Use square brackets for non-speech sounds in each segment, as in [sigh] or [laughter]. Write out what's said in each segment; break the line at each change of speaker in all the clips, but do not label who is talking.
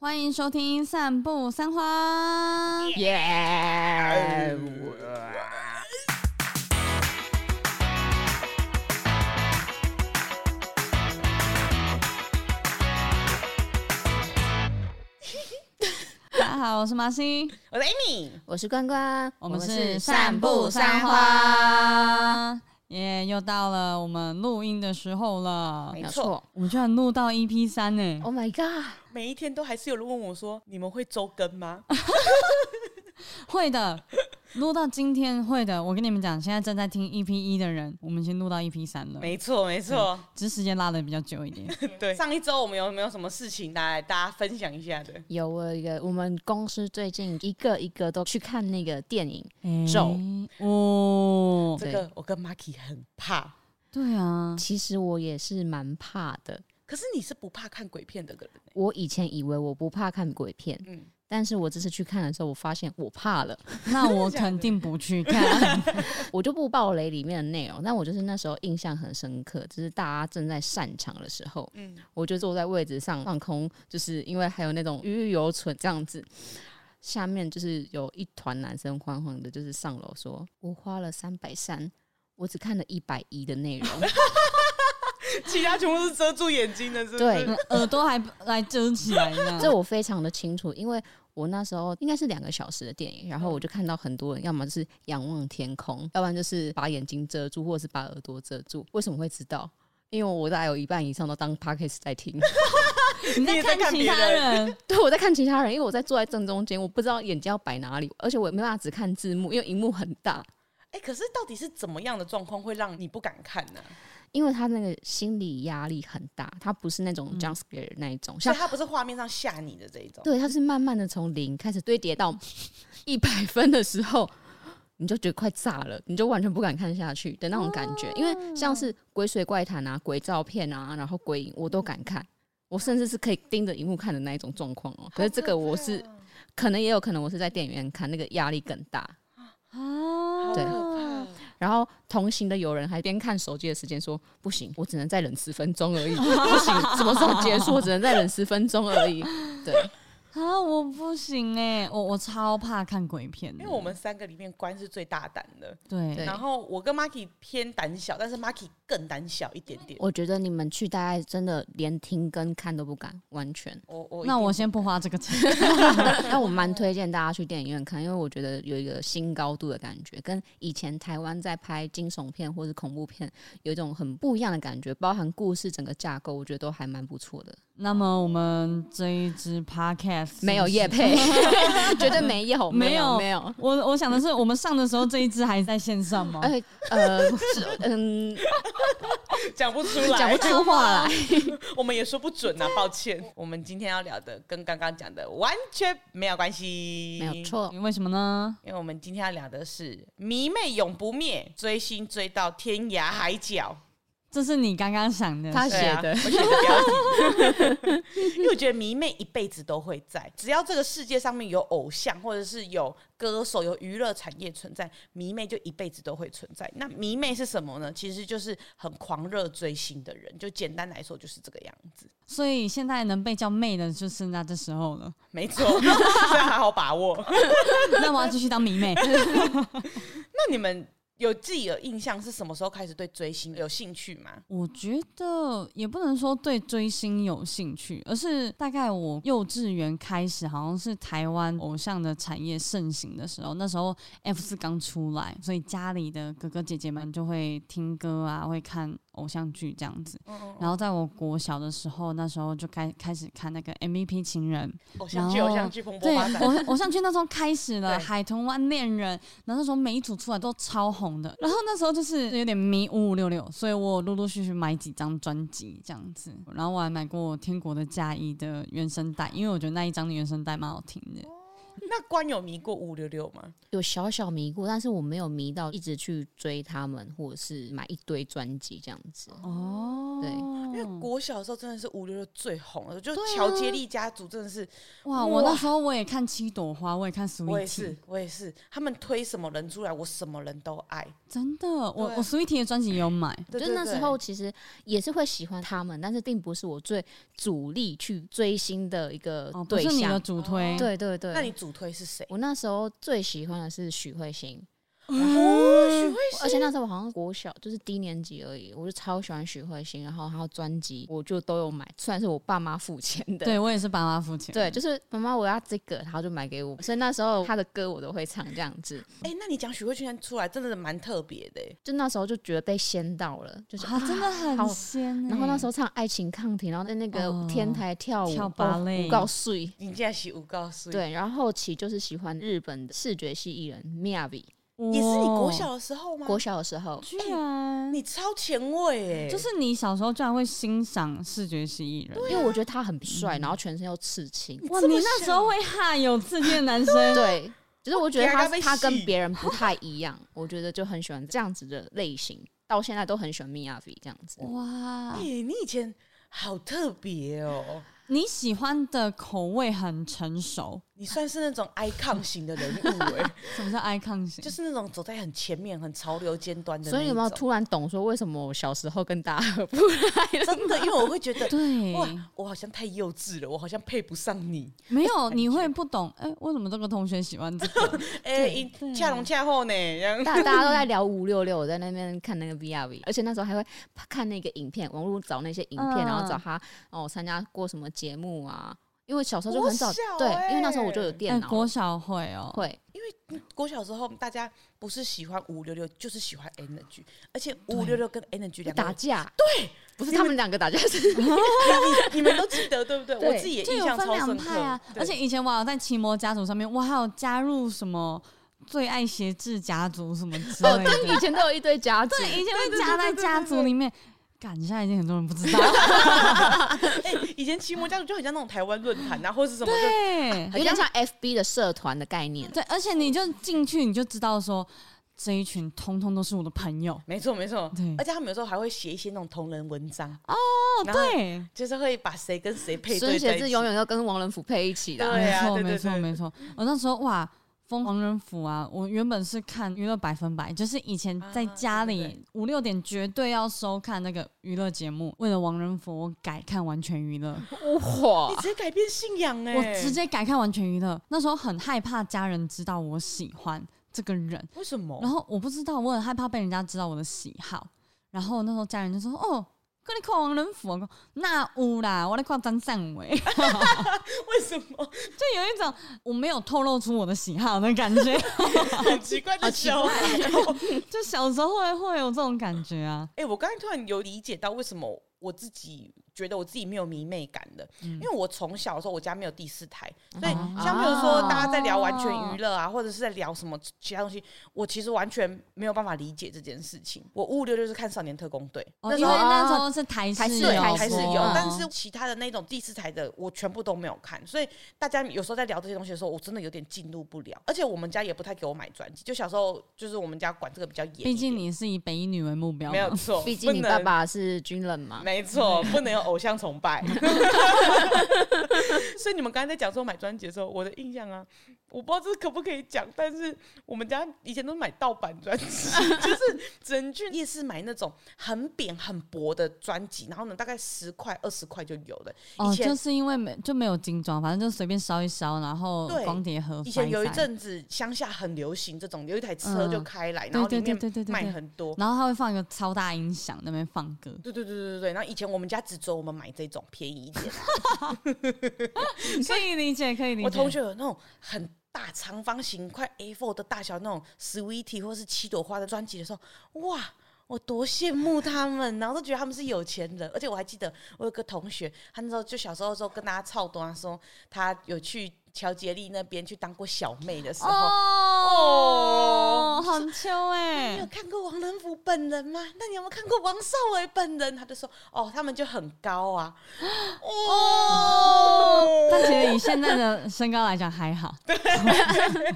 欢迎收听《散步三花》。
耶！
大家好，我是马西，
我是 Amy，
我是关关，
我们是散步三。花。耶、又到了我们录音的时候了。
没
没
错
错
我们居然录到 EP 三呢、
，Oh my god！
每一天都还是有人问我说：“你们会周更吗
会的，录到今天会的。我跟你们讲，现在正在听 EP 一的人，我们已经录到 EP 三？”了，
[laughs] 没错，没错，
只是时间拉的比较久一点。
嗯对。上一周我们有没有什么事情拿来大家分享一下的？
有我有一个，我们公司最近一个一个都去看那个电影，
走
走
哦，
这个我跟 Marky 很怕，
对啊，
其实我也是蛮怕的。
可是你是不怕看鬼片的人欸、
我以前以为我不怕看鬼片，
嗯
但是我这次去看的时候，我发现我怕了。 [laughs]
那我肯定不去看。
我就不爆雷里面的内容，但我就是那时候印象很深刻，就是大家正在散场的时候，
嗯， [laughs]
我就坐在位置上放空，就是因为还有那种余欲犹存这样子。下面就是有一团男生缓缓的，就是上楼说：“我花了三百三，我只看了一百一的内容。
其他全部是遮住眼睛的，是不”是？
对，
耳朵还来遮起来呢。
这我非常的清楚，因为我那时候应该是两个小时的电影，然后我就看到很多人，要么就是仰望天空，要不然就是把眼睛遮住，或者是把耳朵遮住。为什么会知道？因为我大概有一半以上都当 podcast 在听，
你
你
在
也在
看
看
其
别
他人，
[laughs] 对我在看其他人，因为我在坐在正中间，我不知道眼睛要摆哪里，而且我也没办法只看字幕，因为荧幕很大。
哎、可是到底是怎么样的状况会让你不敢看呢、
因为他那个心理压力很大，他不是那种 jump scare 的那一种，
所
像
以它不是画面上吓你的这一种。
对，它是慢慢的从零开始堆叠到一百分的时候，你就觉得快炸了，你就完全不敢看下去的那种感觉。因为像是鬼水怪谈啊、鬼照片啊，然后鬼影，我都敢看。我甚至是可以盯着荧幕看的那一种状况哦，可是这个我是可能也有可能我是在电影院看，那个压力更大。
啊，
对
好可
然后同行的友人还边看手机的时间说：“不行，我只能再忍十分钟 [laughs] 而已，不行，什么时候结束？我只能再忍十分钟而 [laughs] 已。”对，
啊，我不行哎、我我超怕看鬼片的，
怕因为我们三个里面关是最大胆的，
对
对
然后我跟 Marky 偏胆小，但是 Marky 更胆小一点点。。
我觉得你们去大概真的连听跟看都不敢，完全 [laughs]
我我
那
一定
我先不花这个钱， [laughs]
那我蛮推荐大家去电影院看，因为我觉得有一个新高度的感觉，跟以前台湾在拍惊悚片或是恐怖片有一种很不一样的感觉，包含故事整个架构，我觉得都还蛮不错的。
那么我们这一支 podcast
没有
夜
叶 [laughs] 配，绝对没有，没
没有
有，没
[laughs]
有。
我我想的是，我们上的时候这一支还在线上吗？
而且呃，是嗯，
讲不出来，
讲不出话来。
我们也说不准啊，抱歉。我们今天要聊的跟刚刚讲的完全没有关系，
没有。错，
为什么呢？
因为我们今天要聊的是迷妹永不灭，追星追到天涯海角。
这是你刚刚想的，
他
对
写
啊
的。
我写的标题， [laughs] 因为我觉得迷妹一辈子都会在，只要这个世界上面有偶像，或者是有歌手、有娱乐产业存在，迷妹就一辈子都会存在。那迷妹是什么呢？其实就是很狂热追星的人，就简单来说就是这个样子。
所以现在能被叫妹的，就是那这时候了。 [laughs]
没错， [laughs] 所以还好把握。
那我要继续当迷妹。
那你们有自己的印象是什么时候开始对追星有兴趣吗？
我觉得也不能说对追星有兴趣，而是大概我幼稚园开始，好像是台湾偶像的产业盛行的时候，那时候 F 四刚出来，所以家里的哥哥姐姐们就会听歌啊，会看偶像剧这样子。然后在我国小的时候，那时候就开开始看那个 MVP 情人，
偶像剧，
然后
偶像剧蓬勃
对，
发展。
偶偶像剧那时候开始了，《
对
海豚湾恋人》，然后那时候每一组出来都超红的。然后那时候就是有点迷五五六六，所以我陆陆续续买几张专辑这样子。然后我还买过《天国的嫁衣》的原声带，因为我觉得那一张的原声带蛮好听的。
那关有迷过五六六吗？
有小小迷过，但是我没有迷到一直去追他们，或者是买一堆专辑这样子。
哦
对
因为国小的时候真的是五六六最红的，就
啊
乔杰利家族真的是，
哇，我那时候我也看《七朵花》，我也看《
我也
Sweet》，
是，我也是，他们推什么人出来，我什么人都爱。
真的，我
对
我 Sweetie 的专辑也有买，
对
就是
对
那时
对
候其实也是会喜欢他们，但是并不是我最主力去追星的一个
哦，不
呃对
是你
象。
的主推，
对对对，
那你主推是谁？
我那时候最喜欢的是许慧欣，
哦，许慧
而且那时候我好像国小，就是低年级而已，我就超喜欢许慧欣，然后还有专辑我就都有买，虽然是我爸妈付钱的。
对我也是爸妈付钱，
对，就是妈妈我要这个，然后就买给我，所以那时候她的歌我都会唱这样子，
哎、那你讲许慧娟出来真的蛮特别的、欸
就那时候就觉得被掀到了，就是
啊，真的
好
很仙欸。
然后那时候唱《爱情抗体》，然后在那个
哦
天台跳舞，
跳芭蕾
告睡。
你竟然是五告诉，
对，然后后期就是喜欢日本的视觉系艺人 Miyavi。
也是你
欸
国
哇
小的时候吗？
国小的时候，
居然
你超前卫哎、
就是你小时候居然会欣赏视觉系艺人，
因为我觉得他
嗯
很帅，然后全身又刺青。
哇，
这
你
么
那时候
小
会哈有刺激的男
[laughs]
生，
对，就是我觉得
天啊
他
要被
他跟
洗
别人
[laughs]
不太一样，我觉得就很喜欢这样子的类型，到现在都很喜欢 Miyavi 这样子。
哇
啊
哎、，你以前好特别哦。
你喜欢的口味很成熟，
你算是那种 icon 型的人物
[laughs]
哎、
什么叫 icon 型？
就是那种走在很前面、很潮流尖端的那种。
所以有没有突然懂说为什么我小时候跟大家合不来了？
真的？因为我会觉得，
对，
哇，我好像太幼稚了，我好像配不上你。
没有你会不懂，哎，为什么这个同学喜欢这个？
哎、你恰龙恰后呢，这
[laughs]
样
大大家都在聊五六六，我在那边看那个 V R V，而且那时候还会看那个影片，网络找那些影片，
嗯
然后找他哦参加过什么节目啊。因为小时候就很早
国小
对
欸，
因为那时候我就有电
哎，
脑
国
了，
小会哦，
会
国小时候大家不是喜欢五五六六，就是喜欢 energy，而且五五六六跟 energy 两
打
个，
架，对，不是他们两个打架， [laughs] 是哦
你你们都记得对不
[laughs]
对？
对
我自己也
就
印
有
象
分
超
两
深刻
派啊。
对
而且以前我还有在奇摩家族上面，我还有加入什么最爱鞋制家族什么之类
哦，
的。
对，以前都有一堆家族，
对，以前被加在家族里面。感现在已经很多人不知道，
[laughs] 哎、以前奇摩家族就很像那种台湾论坛啊，或者是什么就
对
有点像 FB 的社团的概念。
对，而且你就进去你就知道说，这一群通通都是我的朋友
没错没错
对，
而且他们有时候还会写一些那种同人文章，
哦，
然后
对，
就是会把谁跟谁配
孙
对在
协
一
志
起。
永远要跟王仁甫配一起的啊，
对啊
没错
对对
没错
对
没错，我那时候哇。疯狂人府啊！我原本是看娱乐百分百，就是以前在
啊
家
对对
里五六点绝对要收看那个娱乐节目。为了王仁甫，我改看完全娱乐，
你
[laughs] 哇，
直接改变信仰哎、
我直接改看完全娱乐。那时候很害怕家人知道我喜欢这个人，
为什么？
然后我不知道，我很害怕被人家知道我的喜好。然后那时候家人就说：“哦，跟你看王仁甫，我说那有啦，我在看张善伟。”
为什么？
[laughs] 就有一种我没有透露出我的喜好的感觉。 [laughs]
很 [laughs] 奇怪的小孩哦。
就小时候会会有这种感觉啊，
哎、我刚才突然有理解到为什么我自己觉得我自己没有迷妹感的，
嗯
因为我从小的时候我家没有第四台，
啊
所以
哦
像比如说
哦
大家在聊完全娱乐啊，或者是在聊什么其他东西，我其实完全没有办法理解这件事情。我五五六六是看少年特工队，
哦
那时
因
候
为那时候是台
台
式哦
式
有
对，
有
还是
播
有
嗯，
但是其他的那种第四台的，我全部都没有看，所以大家有时候在聊这些东西的时候，我真的有点进入不了。而且我们家也不太给我买专辑，就小时候就是我们家管这个比较严一点，
毕竟你是以北一女为目标
没有
嘛。
错，
毕竟你
不能
爸爸是军人嘛。
[laughs] 没错，不能有偶像
[laughs]
崇拜。所以你们刚才在讲说买专辑的时候，我的印象啊，我不知道这可不可以讲，但是我们家以前都是买盗版
[laughs]
专辑，就是只能去夜市买那种很扁很薄的专辑，然后呢大概十块二十块就有了。
哦，
以前
就是因为没就没有精装，反正就随便烧一烧，然后
对
光碟盒翻翻。
以前有一阵子乡下很流行这种，有一台车就开来，
嗯
然后里
对对
面
对对对对
卖很多。
然后他会放一个超大音响在那边放歌，
对对对对对对，然后以前我们家只准我们买这种便宜一
[laughs]
点，
可以理解，可以理解。
我同学有那种很大长方形、快 A4 的大小那种 Sweetie 或是七朵花的专辑的时候，哇！我多羡慕他们，然后都觉得他们是有钱人，而且我还记得我有个同学，他那时候就小时候的时候跟大家操多，他说他有去乔杰利那边去当过小妹的时候，
哦，
哦
很秋
嗯
哎、
你有看过王仁甫本人吗？那你有没有看过王少伟本人？他就说哦，他们就很高
[gasps]
啊，哦，
但其实以现在的身高来讲还好。 [laughs]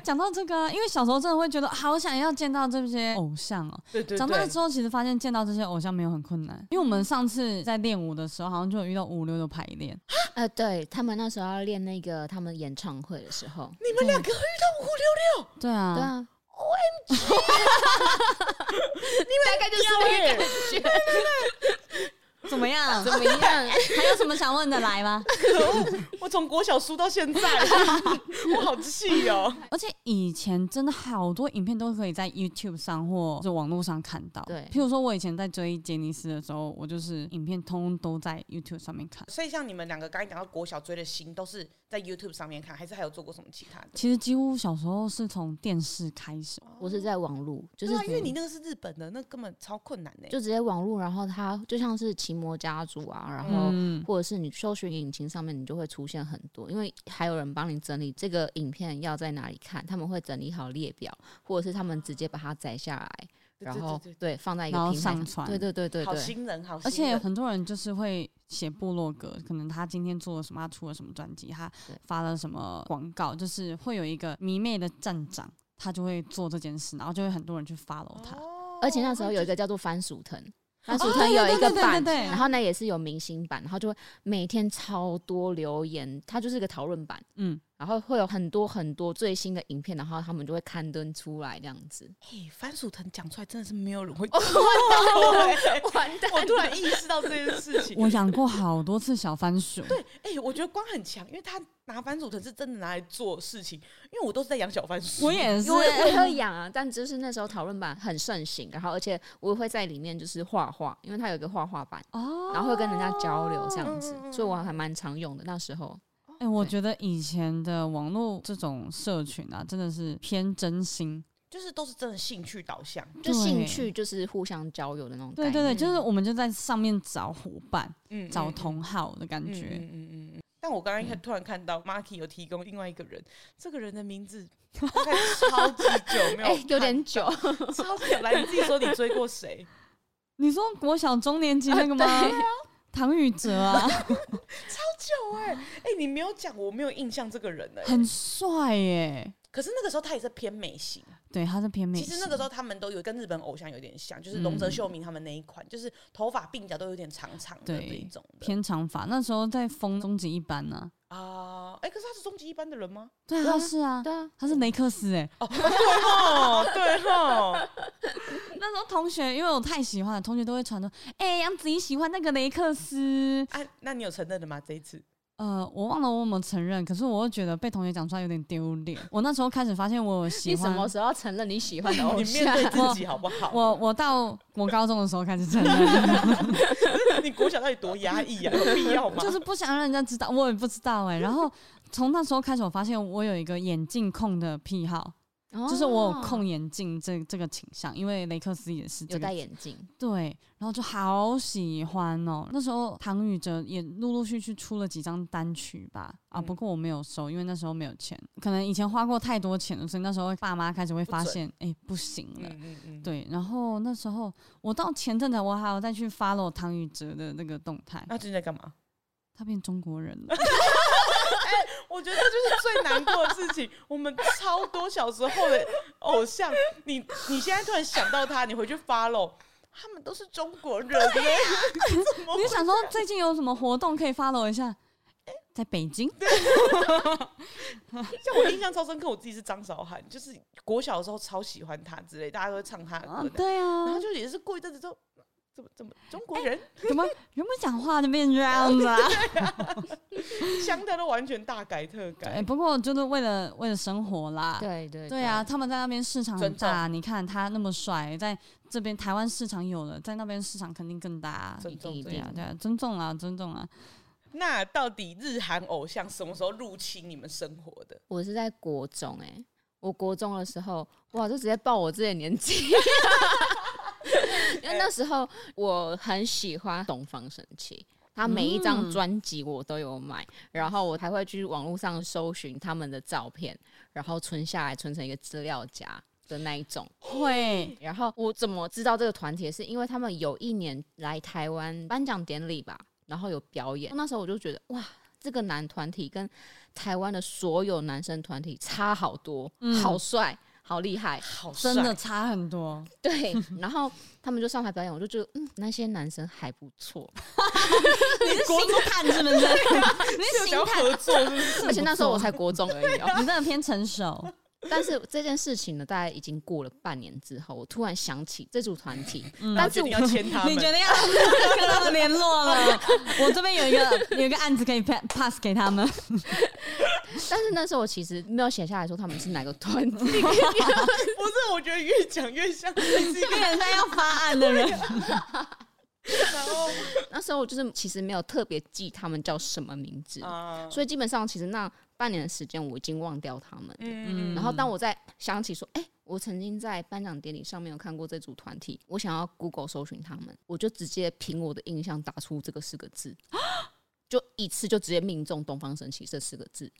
讲到这个啊、因为小时候真的会觉得好想要见到这些偶像哦、
对对
长大
对，
之后，其实发现见到这些偶像没有很困难，因为我们上次在练舞的时候，好像就有遇到五六的排练，
呃，对他们那时候要练那个他们演唱会的时候，
你们两个遇到五六六
对啊，
对啊，大概就是那个感觉。
怎么样？
怎么
[laughs]
样？
还有什么想问的来吗？
可恶！我从国小输
[laughs]
到现在， [laughs] 我好气哦。
而且以前真的好多影片都可以在 YouTube 上或者网络上看到。
对
譬如说我以前在追杰尼斯的时候，我就是影片通通都在 YouTube 上面看。
所以像你们两个刚才讲到国小追的星，都是在 YouTube 上面看，还是还有做过什么其他的？
其实几乎小时候是从电视开始，
我是在网路，就
对
是
啊，因为你那个是日本的，那根本超困难呢、
就直接网路，然后它就像是奇摩家族啊，然后
嗯，
或者是你搜寻引擎上面，你就会出现很多，因为还有人帮你整理这个影片要在哪里看，他们会整理好列表，或者是他们直接把它载下来，
对
然
对
后
对
对放在一个
然后
平台
上传
对对对对
对好
对，
新人，好
而
新
且
人。
很多人就是会写部落格，可能他今天做了什么，他出了什么专辑，他
对
发了什么广告，就是会有一个迷妹的站长，他就会做这件事，然后就会很多人去 follow 他。
哦
而且那时候有一个叫做番薯藤。番薯藤
哦对
有
对
一个
对对
版，
对对
然后呢也是有明星版，然后就会每天超多留言，它就是一个讨论版，
嗯，
然后会有很多很多最新的影片，然后他们就会刊登出来这样子。
哎番薯藤讲出来真的是没有人
[laughs]
会
哎
欸
完蛋
[laughs] 我突然意识到这件事情。
我养过好多次小番薯，对，
哎、我觉得光很强，因为他拿番薯藤是真的拿来做事情，因为我都是在养小番薯。
我也是
因，为我 [laughs] 也会养啊，但就是那时候讨论版很盛行，然后而且我会在里面就是画画，因为它有一个画画版，
哦，
然后会跟人家交流这样子
嗯嗯，嗯
所以我还蛮常用的。那时候
哎、我
对
觉得以前的网络这种社群啊，真的是偏真心。
就是都是真的兴趣导向，
就
对
兴趣就是互相交友的那种概
哎对对
念，
对，就是我们就在上面找伙伴、
嗯，
找
嗯
同好的感觉。
嗯嗯嗯嗯嗯。但我刚刚看突然看到 Marky 有提供另外一个人，这个人的名字大概超级久没
[laughs]
有
哎、
看，
有点久，
超级久。来，你自己说你追过谁？ [laughs]
你说国小中年级那个吗？
[laughs] 啊对
[laughs] 唐禹哲啊，
哎、你没有讲，我没有印象这个人哎、
很帅耶。
可是那个时候他也是偏美型，
对，他是偏美嗯
其
型。
实那个时候他们都有跟日本偶像有点像，就是龙泽秀明他们那一款，就是头发鬓角都有点长长的
对
这一种的
偏长发，那时候在封终极一班呢、
啊。哎、可是他是终极一班的
[laughs]
人吗？
对啊，
对啊
他是啊，
对啊，
他是雷克斯哎。
哦，对哦，
那时候同学，因为我太喜欢了，同学都会传说，哎、杨子怡喜欢那个雷克斯。
哎、那你有承认的吗？这
[laughs]
一次
呃，我忘了我有没有承认，可是我又觉得被同学讲出来有点丢脸。我那时候开始发现我有喜
你什
欢，
么时候承认你喜欢
[laughs]
的偶
你面
像？
对自己好不好？
哦我我到我高中的时候开始承
[laughs]
认，
你国小到底多压抑啊？有必要吗？
就是不想让人家知道，我也不知道哎、然后从那时候开始，我发现我有一个眼镜控的癖好，[laughs]
哦
就是我有控眼镜这这个倾向，因为雷克斯也是
有
这
戴
个
眼镜，
对，然后就好喜欢哦。那时候唐禹哲也陆陆续续出了几张单曲吧，啊，
嗯
不过我没有收，因为那时候没有钱，可能以前花过太多钱了，所以那时候爸妈开始会发
不准
现，哎、不行了。
嗯嗯嗯，
对，然后那时候我到前阵子我还有再去 follow 唐禹哲的那个动态，
那最近在干嘛？ [laughs]
他变中国人了。
我觉得这就是最难过的事情。我们超多小时候的偶像，你你现在突然想到他，你回去 follow，他们都是中国人耶，怎么
你就想说最近有什么活动可以 follow 一下？在北京，
像我印象超深刻，我自己是张韶涵，就是国小的时候超喜欢她之类，大家都会唱她的
啊
歌的，
对
然
啊
后，就也是过一阵子之后，怎么怎么中国人、
怎么原本讲话就变这样
[laughs]
子啊？
香调都完全大改特
哎，
改，
不过就是为了为了生活啦。
对对
对啊，，他们在那边市场很
尊重
大，你看他那么帅，在这边台湾市场有了，在那边市场肯定更大啊。
尊重
一定
尊
对啊
重。，
对啊，尊重啊，尊重啊。
那到底日韩偶像什么时候入侵你们生活的？
我是在国中哎、我国中的时候，哇，就直接报我自己的
[laughs]
年纪。因为那时候我很喜欢东方神起，他每一张
嗯
专辑我都有买，然后我还会去网络上搜寻他们的照片，然后存下来，存成一个资料夹的那一种。
哦
会，
然后我怎么知道这个团体？是因为他们有一年来台湾颁奖典礼吧，然后有表演。那时候我就觉得，哇，这个男团体跟台湾的所有男生团体差好多，
嗯
好帅，好厉害。
好帅
真的差很多。
对，然后他们就上台表演，我就觉得，嗯，那些男生还不错。
你是心探是不是？你是
想
心
要
探
[laughs] 合作是不是？ [laughs]
而且那时候我才国中而已、哦。
你真的偏成熟，
但是这件事情呢，大概已经过了半年之后，我突然想起这组团体，但是
嗯决
我
定要签他
你
们。
决定要跟他们联络了？我这边有一个有一个案子可以 pa- pass 给他们，
但是那时候我其实没有写下来说他们是哪个团体，
不是，我觉得越讲越像自己
有点像要发案的人。
然后
那时候我就是其实没有特别记他们叫什么名字，
啊，
所以基本上其实那半年的时间我已经忘掉他们。
嗯，
然后当我在想起说，哎、我曾经在颁奖典礼上面有看过这组团体，我想要 Google 搜寻他们，我就直接凭我的印象打出这个四个字， [gasps] 就一次就直接命中东方神起这四个字，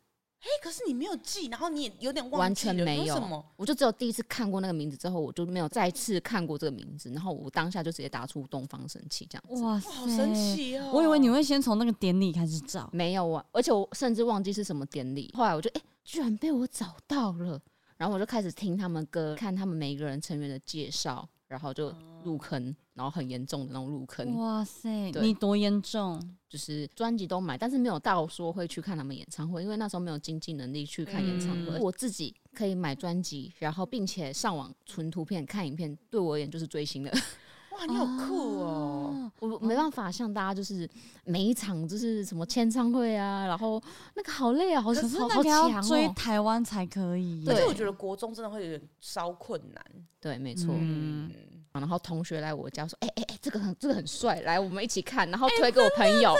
哎，可是你没有记，然后你也有点忘记了，
完全没
为
有
什么？。
我就只有第一次看过那个名字之后，我就没有再次看过这个名字，然后我当下就直接打出东方神起这样子。
哇塞，
哇好神！奇哦！
我以为你会先从那个典礼开始找，
没有啊，而且我甚至忘记是什么典礼。后来我就哎、诶居然被我找到了，然后我就开始听他们歌，看他们每一个人成员的介绍，然后就入坑，然后很严重的那种入坑，
哦哇塞，
对
你多严重？
就是专辑都买，但是没有到说会去看他们演唱会，因为那时候没有经济能力去看演唱会。
嗯
我自己可以买专辑，然后并且上网存图片、看影片，对我而言就是追星了。 [laughs]
哇，你好酷哦！
我没办法像大家就是每一场就是什么签唱会啊，然后那个好累啊，好
可是
好
那
好
个
强
要
哦、
追台湾才可以耶，
而且
对
我觉得国中真的会有点稍困难。
对，没错。
嗯，
然后同学来我家说：“哎哎哎，这个很这个很帅，来我们一起看。”然后
哎
推给我朋友，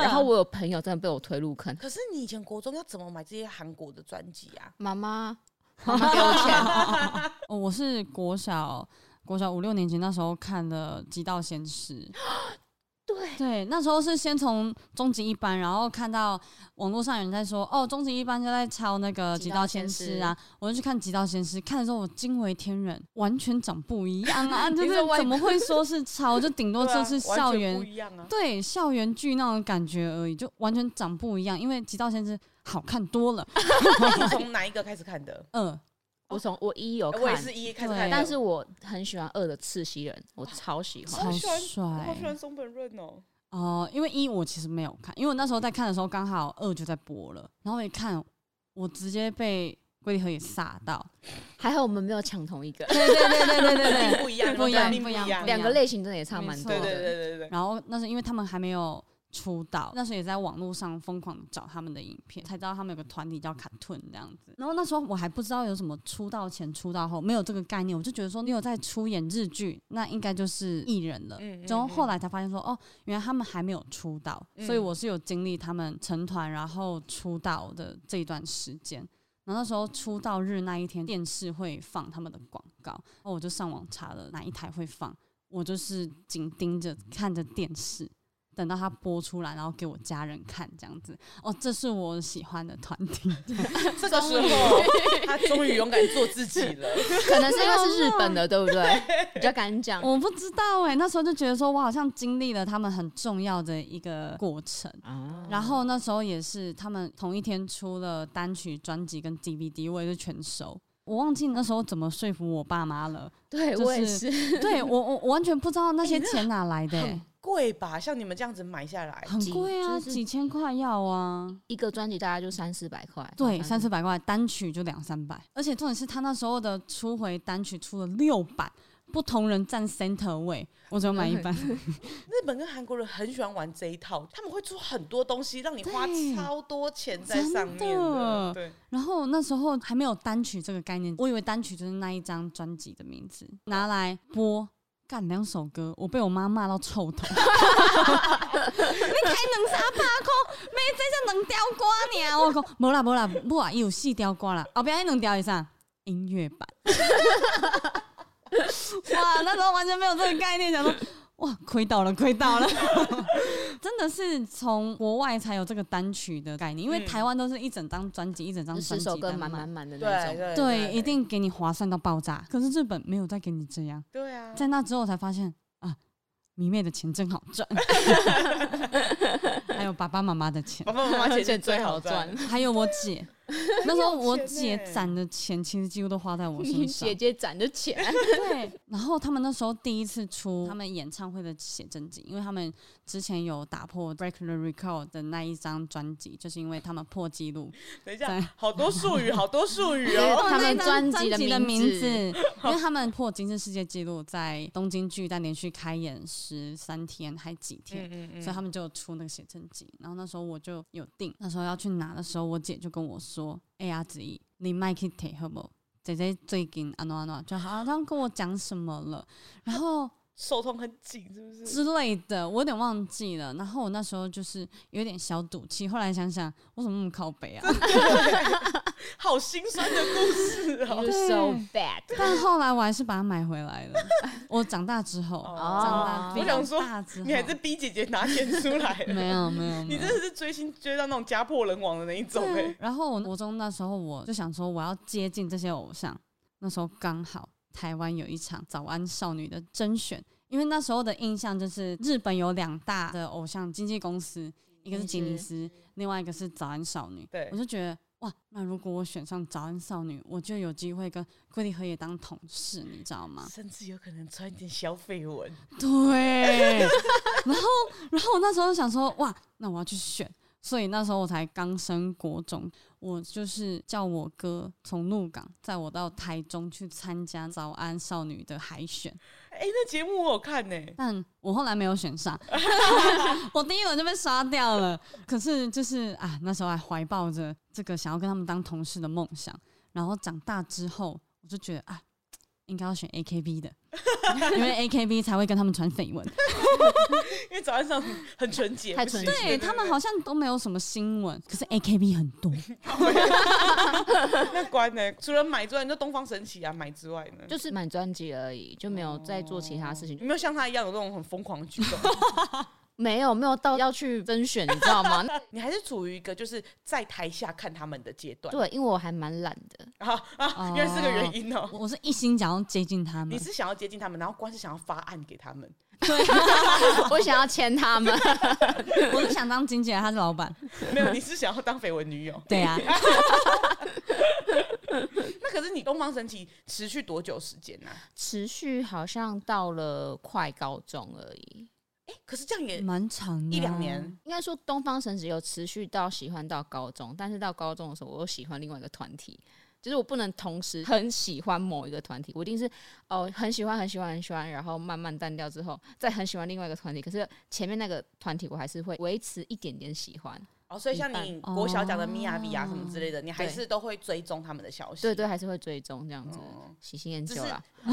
然后我有朋友真的被我推入坑。
可是你以前国中要怎么买这些韩国的专辑啊？
妈
[laughs]
妈，妈妈给我钱，
哦，我是国小国小五六年级那时候看的《极道鲜师》。
[laughs] 对
对，那时候是先从终极一班，然后看到网络上有人在说，哦，终极一班就在抄那个《极
极
道
道
先
先
师》
师
啊，我就去看《极道先师》，看的时候我惊为天人，完全长不一样
[laughs]
啊！就
你
是
说外
怎么会说是抄，就顶多
对啊
这是
完全
校园
不一样啊！
对校园剧那种感觉而已，就完全长不一样。因为《极道先师》好看多了， [laughs]
那你从哪一个开始看的？
嗯，
我从我一有
呃 [laughs] 我也
看，
是一一开始
对
看的，
但是我很喜欢二的赤西仁，我超喜欢。
超
好喜欢我
帅
好喜欢松本润哦。
哦、因为一我其实没有看，因为我那时候在看的时候刚好二就在播了，然后我一看，我直接被龟梨和也吓到，
还好我们没有抢同一
[laughs]
个，
[laughs] 对对对对对对对。
不一样，
不一样
对
不一样不一样
两个类型真的也差蛮多
对
没错
对
的。
对对对对。
然后那是因为他们还没有出道，那时候也在网络上疯狂找他们的影片，才知道他们有个团体叫卡顿这样子。然后那时候我还不知道有什么出道前、出道后，没有这个概念，我就觉得说你有在出演日剧，那应该就是艺人了。
嗯嗯
然后后来才发现说，哦，原来他们还没有出道，所以
嗯
我是有经历他们成团然后出道的这一段时间。然后那时候出道日那一天，电视会放他们的广告，然后我就上网查了哪一台会放，我就是紧盯着看着电视，等到它播出来，然后给我家人看这样子。哦，这是我喜欢的团体，
这个时 [laughs] 候，他终于勇敢做自己 [laughs] 了。
可能是因为是日本
[laughs]
的，对不对？比较敢讲。
我不知道哎、那时候就觉得说我好像经历了他们很重要的一个过程。
啊
然后那时候也是他们同一天出了单曲、专辑跟 DVD，我也是全收。我忘记那时候怎么说服我爸妈了， [laughs]
对
就是
我也是，
对我我我完全不知道那些钱哪来的、
[laughs]
欸，
贵吧？像你们这样子买下来，
很贵啊，
就是
几千块要啊。
一个专辑大概就三四百块，
对，
三
三四百块单曲就两三百，而且重点是他那时候的初回单曲出了六版，不同人占 center 位，我只有
[laughs]
买一版。
日本跟韩国人很喜欢玩这一套，他们会出很多东西让你花
对
超多钱在上面
真的
的。对，
然后那时候还没有单曲这个概念，我以为单曲就是那一张专辑的名字，拿来播。干两首歌，我被我妈骂到臭头。你 [laughs] 开两三拍箍，妹这才两条歌尔。我讲无啦无啦，不啊，伊有四条歌啦，后边迄两条以上音乐版。 [laughs] 哇，那时候完全没有这个概念，想说哇，亏到了，亏到了。 [laughs] 真的是从国外才有这个单曲的概念，因为
嗯
台湾都是一整张专辑，一整张
就
专
十
辑
首歌
在
满
卖
满满的那
对
种。
对
对，一定给你划算到爆炸。可是日本没有再给你这样，
对啊。
在那之后才发现啊，迷妹的钱真好 [laughs] 赚，还有爸爸妈妈的钱， [laughs]
爸爸妈妈钱是最好赚，
钱
还有我姐，那时候我
很有钱
姐
欸
攒的钱其实几乎都花在我身
你
上
[laughs] 姐。姐攒的钱，啊 [laughs]
对，然后他们那时候第一次出他们演唱会的写真集，因为他们之前有打破 Break the Record 的那一张专辑，就是因为他们破纪录，
等一下
在，
好多术语，好多
[laughs]
术语
对
哦。 [laughs]
他们
那张
专辑的
的
名
名
字，
[laughs] 因为他们破吉尼斯世界纪录，在东京巨蛋连续开演十三天还几天，
嗯
所以他们就出那个写真集。然后那时候我就有订，那时候要去拿的时候，我姐就跟我说：“哎、呀，子怡，你卖去提好不好？姐姐最近安诺安诺，就好像跟我讲什么了，然后
手痛很紧，是不是？
之类的，我有点忘记了。然后我那时候就是有点小赌气，后来想想，我怎么那么靠北啊？ [laughs]
好心酸的故事哦。
You so bad。
但后来我还是把它买回来了。我长大之后，
哦
长大
我
变
想说
大之后，
你还是逼姐姐拿钱出来
没
了，
有没有，没
你
有
真的是追星追到那种家破人亡的那一种哎、
然后我国中那时候我就想说我要接近这些偶像，那时候刚好台湾有一场早安少女的甄选，因为那时候的印象就是日本有两大的偶像经纪公司，一个是吉尼斯，另外一个是早安少女。
对
我就觉得。哇，那如果我选上早安少女，我就有机会跟龟梨和也当同事，你知道吗？
甚至有可能穿一点小绯闻，
对，然后然后我那时候想说，哇，那我要去选，所以那时候我才刚升国中，我就是叫我哥从鹿港载我到台中去参加早安少女的海选，
哎、那节目我有看呢、
但我后来没有选上， [laughs] 我第一轮就被刷掉了。可是就是啊，那时候还怀抱着这个想要跟他们当同事的梦想，然后长大之后，我就觉得啊，应该要选 AKB 的，因为 AKB 才会跟他们传绯闻。
因为早安上很纯洁，
太
不行
纯洁
哎对他们好像都没有什么新闻，可是 AKB 很多。
[laughs] 那关呢、除了买之外，你就东方神起啊买之外呢，
就是买专辑而已，就没有再做其他事情
有，没有像他一样有那种很疯狂的举动？ [laughs]
没有没有到要去甄选，你知道 [laughs] 吗？
你还是处于一个就是在台下看他们的阶段。
对，因为我还蛮懒 [laughs] 的，
啊 [laughs] 啊，原来是这个原因哦、
我我是一心想要接近他
你
嗯
们，
是想要接近他们，然后关是想要发案给
[laughs]
他们，
我想要签他们，
我是想当经纪人，他是老
[laughs]
板。
没有，你是想要当绯闻女友。
对呀、
哎
啊，
那可是你东方神起持续多久时间呢、啊
持续好像到了快高中而已。
可是这样也
蛮长的啊
哎一两年。
应该说，东方神起有持续到喜欢到高中，但是到高中的时候，我又喜欢另外一个团体，就是我不能同时很喜欢某一个团体，我一定是哦很喜欢很喜欢很喜欢，然后慢慢淡掉之后，再很喜欢另外一个团体，可是前面那个团体我还是会维持一点点喜欢，
哦，所以像
啊一哦
你国小讲的米亚比啊什么之类的，你还
对
是都会追踪他们的消息。
对对，还是会追踪这样子，
哦
嗯
喜新厌
只
旧
是
啦。
不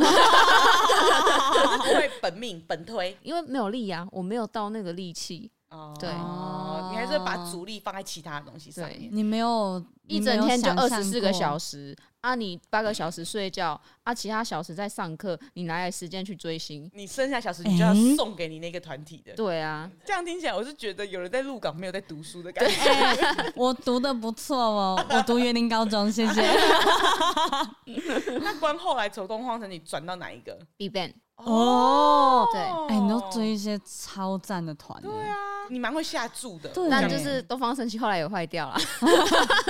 会本命本推
因为没有力啊，我没有到那个力气，
哦
对
哦你还是会把主力放在其他的东西上
对
面。
你没有
一整天就二十四个小
时，
时啊，你八个小时睡觉啊，其他小时在上课，你哪来时间去追星？
你剩下小时你就要
哎
送给你那个团体的，
对啊，
这样听起来我是觉得有人在鹿港没有在读书的感觉。 [laughs]
哎我读的不错哦，我读园林高中，谢
[laughs]
谢。
那关后来从东方神起转到哪一个？
，Big Bang，
哦，
对
哎，你都追一些超赞的团，
对啊，你蛮会下注的。
对
我
但
讲
就是东方神起后来也坏掉了，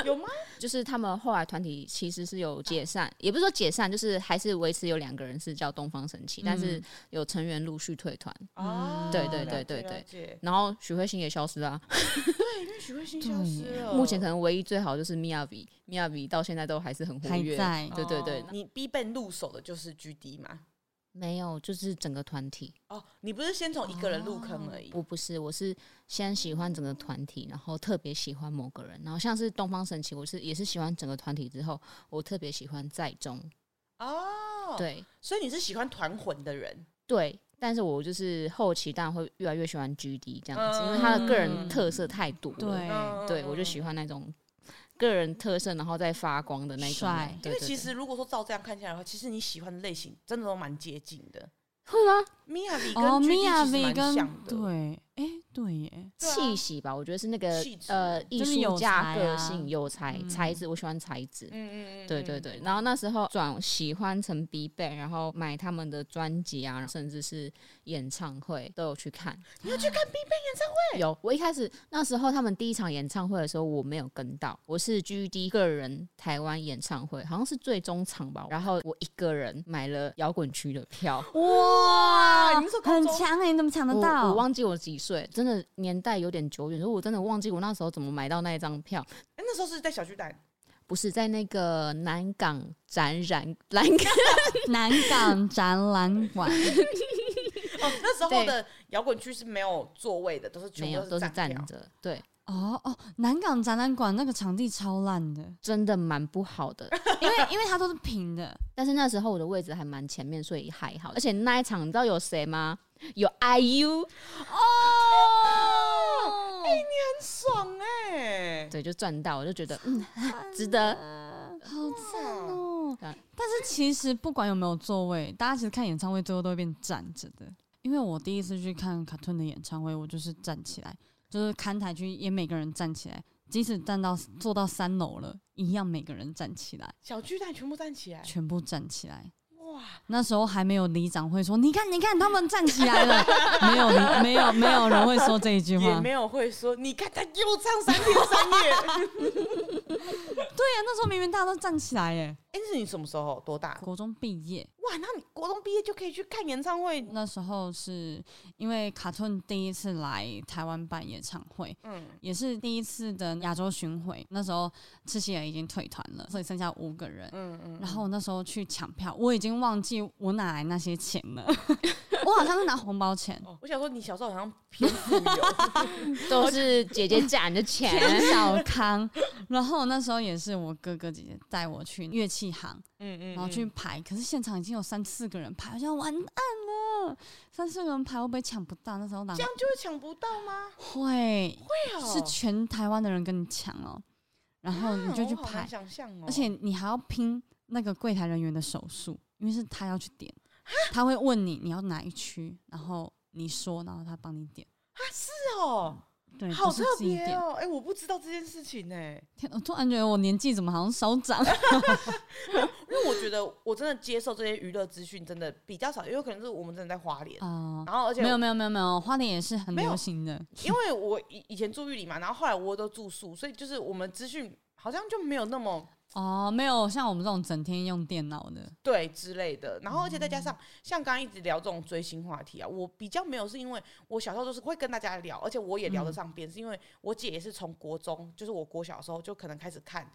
有吗？
[laughs] 就是他们后来团体其实是有解散，也不是说解散，就是还是维持有两个人是叫东方神起，但是
嗯
有成员陆续退团，
啊，
对对对
了
对对
解了解
然后许慧欣也消失了啊、
对，因为许慧欣消失
嗯
了。
目前可能唯一最好就是 Miyavi，Miyavi 到现在都还是很活
还
跃，
在
对对对
哦，你必备入手的就是 GD 嘛？
没有就是整个团体。
哦，你不是先从一个人入坑而已？
我不是，我是先喜欢整个团体，然后特别喜欢某个人，然后像是东方神起，我是也是喜欢整个团体之后，我特别喜欢在中，
哦，，
对
所以你是喜欢团魂的人，
对，但是我就是后期当然会越来越喜欢 GD 这样子，因为他的个人特色太多了，
对
嗯
对我就喜欢那种个人特色，然后再发光的那种
帅
人，
因
对
为
对
其
对
实如果说照这样看下来的话，其实你喜欢的类型真的都蛮接近的。
会吗？
米娅比跟
哦
GD
米娅
其实
V
蛮
跟
像的，
对，哎、对耶，
对啊
气息吧，我觉得是那个
气质啊
呃艺
就是有
术家
才
个
啊
性有才才子，我喜欢才子。
嗯嗯嗯，
对对
嗯，
对，然后那时候转喜欢成 B 贝，然后买他们的专辑啊，甚至是演唱会都有去看。
你要去看 B 贝演唱会，
有，我一开始那时候他们第一场演唱会的时候，我没有跟到，我是 GD 个人台湾演唱会，好像是最终场吧。然后我一个人买了摇滚区的票，
哇你是说高
很
中
强哎、你怎么抢得
我
到？
我忘记我几岁，真的年代有点久远，所以我真的忘记我那时候怎么买到那一张票。
哎那时候是在小巨蛋，
不是在那个南港展览， [laughs] 南港
南港展览馆，
哦， [laughs] 那时候的摇滚区是没有座位的，都是全
没
部
有，都是
站
站
票。
着，对，
[laughs] 哦哦，南港展览馆那个场地超烂的，
真的蛮不好的。
因 [laughs] 为因为它都是平的，
但是那时候我的位置还蛮前面，所以还好。而且那一场你知道有谁吗？有 IU，
哦，哎、你很爽哎、
对，就赚到，我就觉得嗯， [laughs] 值得。
好赞哦！
对
但是其实不管有没有座位，大家其实看演唱会最后都会变站着的。因为我第一次去看卡顿的演唱会，我就是站起来，就是看台区也每个人站起来，即使站到坐到三楼了，一样每个人站起来，
小巨蛋全部站起来，
全部站起来。
哇！
那时候还没有里长会说，你看，你看，他们站起来了， [laughs] 没有，没有，没有人会说这一句
也
话。哎
没有会说，你看他又唱三天三
[laughs]
夜。
对呀、那时候明明大家都站起来耶。
哎、那是你什么时候？
[laughs]
多大？
国中毕业
哇，那你国中毕业就可以去看演唱会？
那时候是因为卡顿第一次来台湾办演唱会，
嗯，
也是第一次的亚洲巡回。那时候赤西仁已经退团了，所以剩下五个人。
嗯嗯，
然后我那时候去抢票，我已经忘记我哪来那些钱
[laughs]
了，我好像是拿红包钱，
哦，我想说你小时候好像偏富
[laughs]
有，
都是姐姐攒的钱，
田小康。然后那时候也是我哥哥姐姐带我去乐器行，
嗯嗯
然后去排，可是现场已经有三四个人排，好像完蛋了，三四个人排会不会抢不到？那时候哪
这样就会抢不到吗？
会
会哦，
是全台湾的人跟你抢哦，然后你就去
啊我好难
排，
想象哦，
而且你还要拼那个柜台人员的手速，因为是他要去点，他会问你你要哪一区，然后你说，然后他帮你点。
是哦，
对，
好
不是
特
自己
别哦
点。
哦。哎、我不知道这件事情欸呢、
天，我突然觉得我年纪怎么好像少长？ [laughs]
因为我觉得我真的接受这些娱乐资讯真的比较少，因为可能是我们真的在花莲，
啊、
然后而且
没有没有没有没有，花莲也是很
没有
流行的。
因为我以以前住玉里嘛，然后后来我都住宿，所以就是我们资讯好像就没有那么
哦，没有像我们这种整天用电脑的，
对之类的。然后而且再加上像刚刚一直聊这种追星话题啊，我比较没有是因为我小时候都是会跟大家聊，而且我也聊得上边，是因为我姐也是从国中，就是我国小的时候就可能开始看。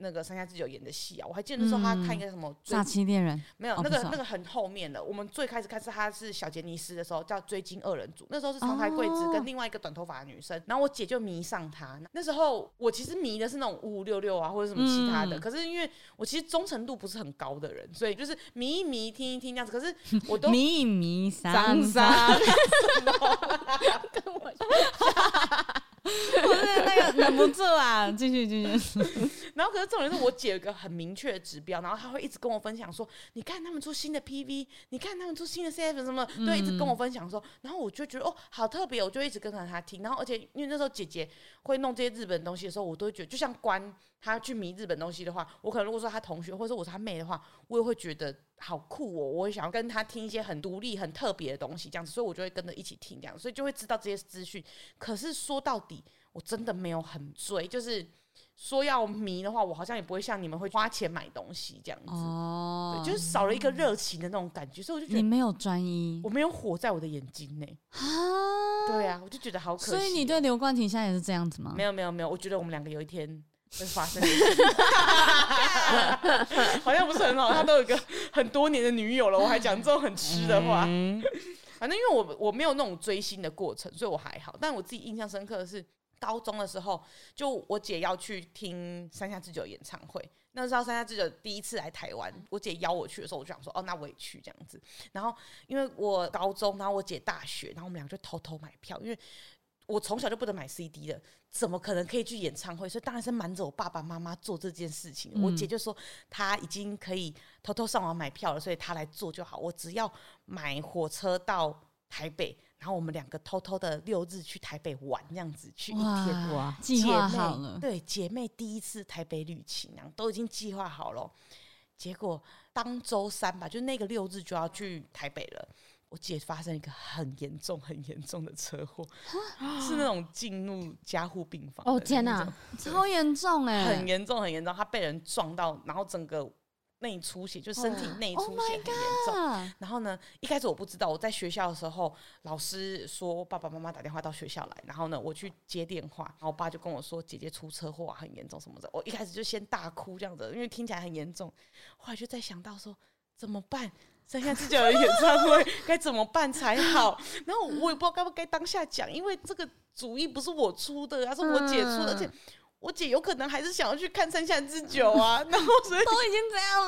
那个山下智久演的戏啊，我还记得那时候她看一个什么追
煞气猎人
没有，
哦不
那个
是哦
那个很后面的。我们最开始看是他是小杰尼斯的时候，叫《追金二人组》，那时候是长台贵子
哦
跟另外一个短头发的女生，然后我姐就迷上他。哦那时候我其实迷的是那种五五六六啊，或者什么其他的。
嗯
可是因为我其实忠诚度不是很高的人，所以就是迷一迷、听一听这样子。可是我都
迷迷三
张
三，
三，
我是那个忍不住啊，继续继续。
[laughs] 然后可是重点是我姐有一个很明确的指标，然后她会一直跟我分享说，你看他们出新的 PV，你看他们出新的 CF 什么的，对，一直跟我分享说，然后我就觉得哦，好特别，我就一直跟着她听。然后而且因为那时候姐姐会弄这些日本东西的时候，我都会觉得，就像关她去迷日本东西的话，我可能如果说她同学或者说我是她妹的话，我也会觉得好酷哦，我也想要跟她听一些很独立、很特别的东西，这样子，所以我就会跟着一起听这样，所以就会知道这些资讯。可是说到底，我真的没有很追，就是说要迷的话，我好像也不会像你们会花钱买东西这样子，
[laughs] 哦
对，就是少了一个热情的那种感觉，所以我就觉
你
得
没有专一
我没有火在我的眼睛内。
啊，
对啊，我就觉得好可惜。哦
所以你对刘冠廷现在也是这样子吗
没？有没有没有，我觉得我们两个有一天。会发生，
[laughs]
[laughs] 好像不是很好。他都有一个很多年的女友了，我还讲这种很吃的话。
嗯
[laughs] 反正因为我我没有那种追星的过程，所以我还好。但我自己印象深刻的是，高中的时候，就我姐要去听山下智久演唱会，那时候山下智久第一次来台湾，我姐邀我去的时候，我就想说，哦，那我也去这样子。然后因为我高中，然后我姐大学，然后我们俩就偷偷买票，因为。我从小就不能买 CD 的，怎么可能可以去演唱会？所以当然是瞒着我爸爸妈妈做这件事情。我姐就说她已经可以偷偷上网买票了，所以她来做就好。我只要买火车到台北，然后我们两个偷偷的六日去台北玩，这样子去一天。
哇
哇，
计
姐
划
妹
好
嗯
了，
对，姐妹第一次台北旅行、啊，都已经计划好了。结果当周三吧，就那个六日就要去台北了。我姐发生一个很严重、很严重的车祸，是那种进入加护病房的那
哦
种。
天哪，嗯
超严重哎、
很严重，很严重。她被人撞到，然后整个内出血，就身体内
哦
Oh
出血
my
很严重。 [laughs]
啊！
然后呢，一开始我不知道，我在学校的时候，老师说爸爸妈妈打电话到学校来，然后呢，我去接电话，然后我爸就跟我说姐姐出车祸、啊、很严重什么的，我一开始就先大哭这样子，因为听起来很严重，后来就在想到说怎么办。三下之久的演唱会该怎么办才好？然后我也不知道该不该当下讲，因为这个主意不是我出的啊，是我姐出的，而且我姐有可能还是想要去看三下之久啊。然后所以
都已经这样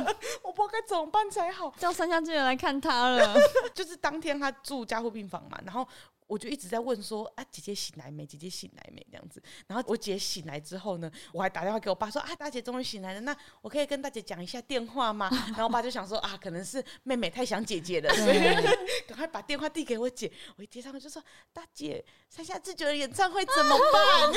[laughs]
了，
我不知道该怎么办才好。
叫三下之人来看他了。
就是当天他住加护病房嘛，然后我就一直在问说啊，姐姐醒来没？姐姐醒来没？这样子。然后我姐醒来之后呢，我还打电话给我爸说啊，大姐终于醒来了，那我可以跟大姐讲一下电话吗？然后我爸就想说啊，可能是妹妹太想姐姐了，所以赶快把电话递给我姐。我一接上去就说大姐，山下智久的演唱会怎么办？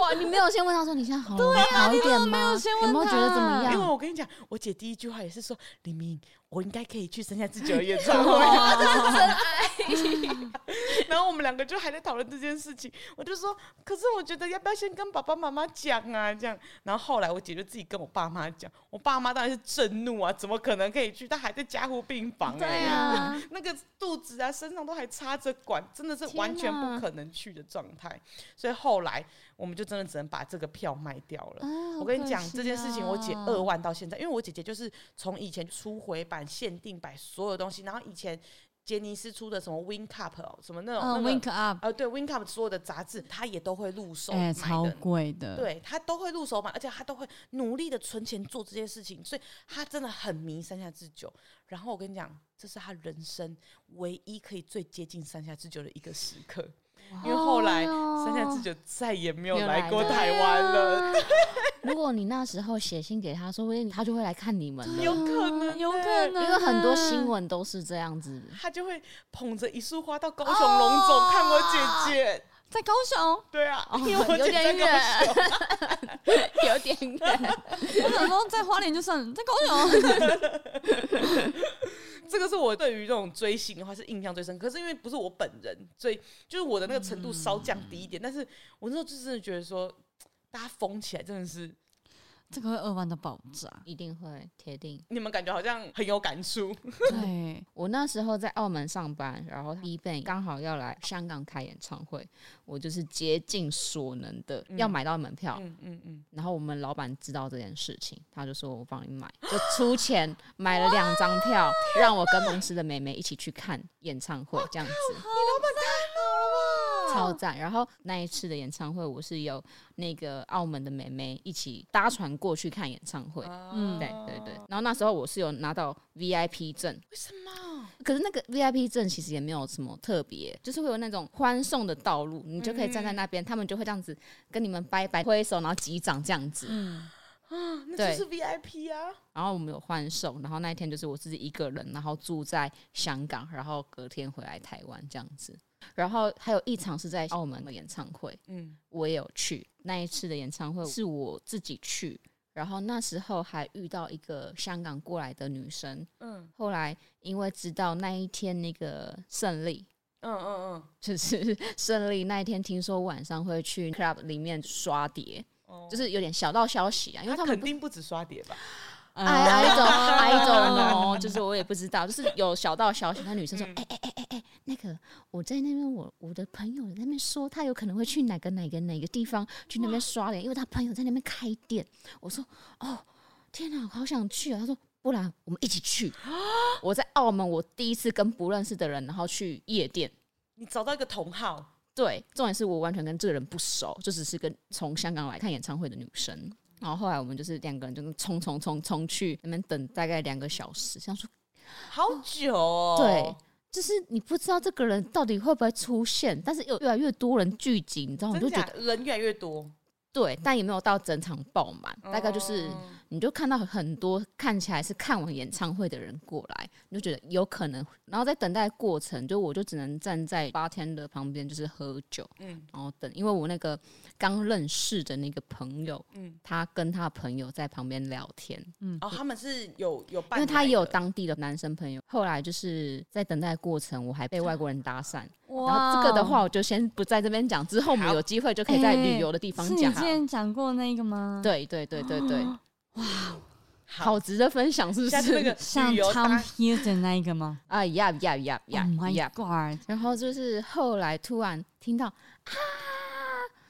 哇，你没有先问他说你现在好好一点吗？
先问
有没有觉得怎么
他
因为
样？
我跟你讲，我姐第一句话也是说李明，我应该可以去山下智久的演唱会。
哦
[laughs] 然后我们两个就还在讨论这件事情，我就说，可是我觉得要不要先跟爸爸妈妈讲啊？这样，然后后来我姐就自己跟我爸妈讲，我爸妈当然是震怒啊，怎么可能可以去？他还在加护病房、欸，
对啊，
那个肚子啊、身上都还插着管，真的是完全
天
不
哪
可能去的状态。所以后来我们就真的只能把这个票卖掉了。
啊
我跟你讲这件事情，我姐二万到现在，因为我姐姐就是从以前出回版、限定版所有东西，然后以前杰尼斯出的什么 Win Cup 哦，什么那种、
嗯
那个
，wink up，
呃，对 Win Cup 所有的杂志，她也都会入手买
哎、
的。
超贵的，，
对她都会入手买，而且她都会努力的存钱做这件事情，所以她真的很迷三下智久。然后我跟你讲，这是她人生唯一可以最接近三下智久的一个时刻，因为后来三下智久再也哦没有
没有
来
来
过
了
台湾了。
如果你那时候写信给他，说不定他就会来看你们了，
[laughs] 有可能，
嗯
欸
有可。能啊
因为很多新闻都是这样子。
他就会捧着一束花到高雄龙总看我姐姐，
在高雄，
对啊，
哦
因为 [laughs] 我姐
有
在
点
高
远， [laughs] 有点远。
我想说在花莲就算了，在高
[laughs]
雄，
雄 [laughs] 这个是我对于这种追星的话是印象最深刻。可是因为不是我本人，所以就是我的那个程度稍降低一点。但是我那时候就真的觉得说，大家疯起来真的是，
这个会二万的爆炸。
一定会，铁定。
你们感觉好像很有感触。
对，
我那时候在澳门上班，然后 B b a n 刚好要来香港开演唱会，我就是竭尽所能的要买到门票。
嗯嗯嗯，
然后我们老板知道这件事情，他就说我帮你买，就出钱买了两张票，让我跟公司的妹妹一起去看演唱会，这样子。超赞！然后那一次的演唱会，我是有那个澳门的妹妹一起搭船过去看演唱会。
哦
嗯
对对对，然后那时候我是有拿到 VIP 证，
为什么？
可是那个 VIP 证其实也没有什么特别，就是会有那种欢送的道路，你就可以站
嗯
在那边，他们就会这样子跟你们拜拜、挥手，然后击掌这样子。
啊那
对
就是 VIP 啊！
然后我们有欢送，然后那一天就是我自己一个人，然后住在香港，然后隔天回来台湾这样子。然后还有一场是在澳门的演唱会，
嗯，
我也有去。那一次的演唱会是我自己去，然后那时候还遇到一个香港过来的女生。
嗯
后来因为知道那一天那个胜利，
嗯嗯嗯，
就是 [laughs] 胜利那一天，听说晚上会去 club 里面刷碟，
哦
就是有点小道消息啊，因为
他
他们
肯
不。
定不止刷碟吧？
嗯
I I don't I
[laughs]
don't know，就是我也不知道，就是有小道消息，那女生说，哎哎哎哎哎，那个我在那边，我我的朋友在那边说，他有可能会去哪个哪个哪个地方去那边刷脸，因为他朋友在那边开店。我说，哦，天哪，我好想去啊！他说。不然我们一起去。我在澳门，我第一次跟不认识的人，然后去夜店。
你找到一个同号，
对，重点是我完全跟这个人不熟，就只是跟从香港来看演唱会的女生。然后后来我们就是两个人就冲冲冲冲去那边等大概两个小时，想说
好久哦。
嗯对，就是你不知道这个人到底会不会出现，但是有越来越多人聚集，你知道吗？我
真
就觉
假
得
人越来越多，
对，但也没有到整场爆满，大概就是
哦
你就看到很多看起来是看完演唱会的人过来，你就觉得有可能，然后在等待过程，就我就只能站在八天的旁边，就是喝酒，
嗯
然后等，因为我那个刚认识的那个朋友，
嗯，
他跟他朋友在旁边聊天，
哦，他们是有有
因
办来的，
为他也有当地的男生朋友。后来就是在等待过程，我还被外国人搭讪，哦然
哇，
后这个的话我就先不在这边讲，之后我们
好哎
有机会就可以在旅游的地方
是你
讲
之。前讲过那个吗？，
对对对对对，
好
好，值得分享，是不
哦下次那
是？
个
像
旅游
Tom
搭
Hilton 那一个吗
啊呀呀
哦
呀
？Oh
呀
my
呀！
god！
然后就是后来突然听到啊，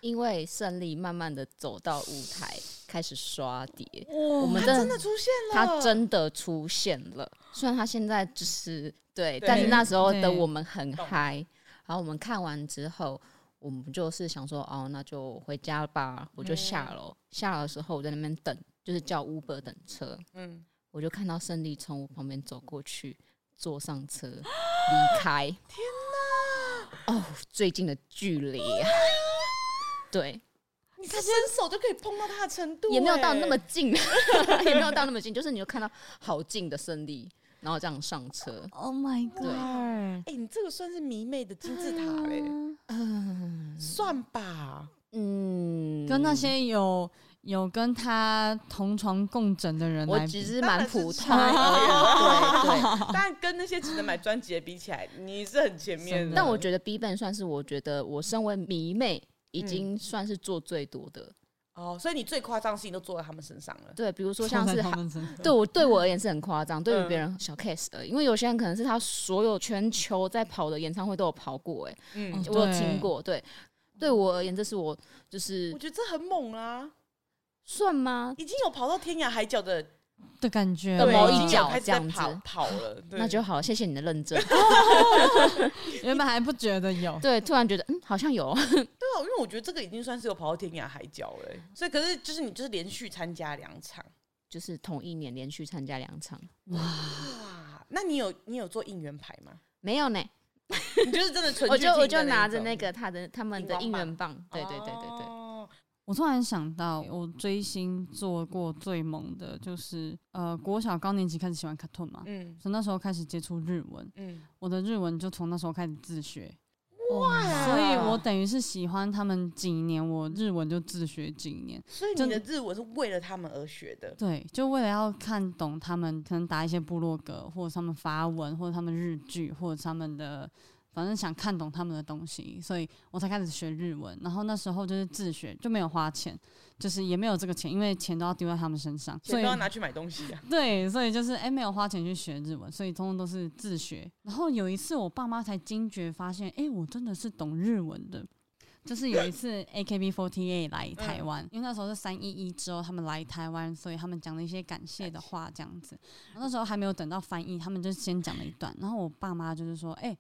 因为胜利慢慢的走到舞台，开始刷碟，我
我
们
他真的出现了，
他真的出现了。虽然他现在就是对，
对
但是那时候的
对
我们很
懂
嗨。然后我们看完之后，我们就是想说，哦，那就回家吧。我就下楼，下楼的时候我在那边等，就是叫 Uber 等车。
嗯，
我就看到胜利从我旁边走过去，坐上车离开。天哪！哦，最近的距离啊，对，
你看伸手就可以碰到他的程度，
也没有到
哎
那么近， [laughs] 也没有到那么近，就是你就看到好近的胜利，然后这样上车。
Oh my god！
哎、你这个算是迷妹的金字
啊
塔嘞、
嗯
算吧。
嗯
跟那些有有跟他同床共枕的人
我
来比，
其实蛮普通
当然
[laughs]
的，对对。
但跟那些只能买专辑的比起来，你是很前面
真
的。
的
但我觉得 B Ban 算是我觉得我身为迷妹已经算是做最多的，
哦，所以你最夸张的事情都做在他们身上了。
对，比如说
坐
像
在
是
他们身上
对我对我而言是很夸张，对
嗯
于别人小 case 而已，因为有些人可能是他所有全球在跑的演唱会都有跑过、欸，哎、
嗯，
哦
我有
对
听过，对，对我而言这是我就是
我觉得这很猛啊，
算吗？
已经有跑到天涯海角的
的感觉，
的
对
某一
已经有
角
开始
这
在
样
跑
子
跑了，对
那就好，谢谢你的认证。
原本还不觉得有，
对，突然觉得嗯，好像有， [laughs]
对啊，因为我觉得这个已经算是有跑到天涯海角了、欸所以可是就是你就是连续参加两场，
就是同一年连续参加两场，
哇，那你有你有做应援牌吗？ [laughs]
没有呢，
你就是真的纯
我
去
就我
听
就
的
拿
一
着
种
那嗯个他的他们的
荧
应
光
援棒，对对对对对，
哦
我突然想到，我追星做过最猛的就是，呃，国小高年级开始喜欢 cartoon 嘛，
嗯
从那时候开始接触日文，
嗯，
我的日文就从那时候开始自学，
哇
所以我等于是喜欢他们几年，我日文就自学几年。
所以你
真
的
的
日文是为了他们而学的，
对，就为了要看懂他们，可能打一些部落格，或者他们发文，或者他们日剧，或者他们的，反正想看懂他们的东西，所以我才开始学日文。然后那时候就是自学，就没有花钱，就是也没有这个钱，因为钱都要丢在他们身上，
所
所
以
以
都要拿去买
[laughs]
东西啊。
[laughs] 对，所以就是哎、没有花钱去学日文，所以通通都是自学。然后有一次，我爸妈才惊觉发现，哎、我真的是懂日文的。就是有一次 AKB48 来台湾，因为那时候是三一一之后他们来台湾，所以他们讲了一些感谢的话这样子。然后那时候还没有等到翻译，他们就先讲了一段。然后我爸妈就是说：“哎、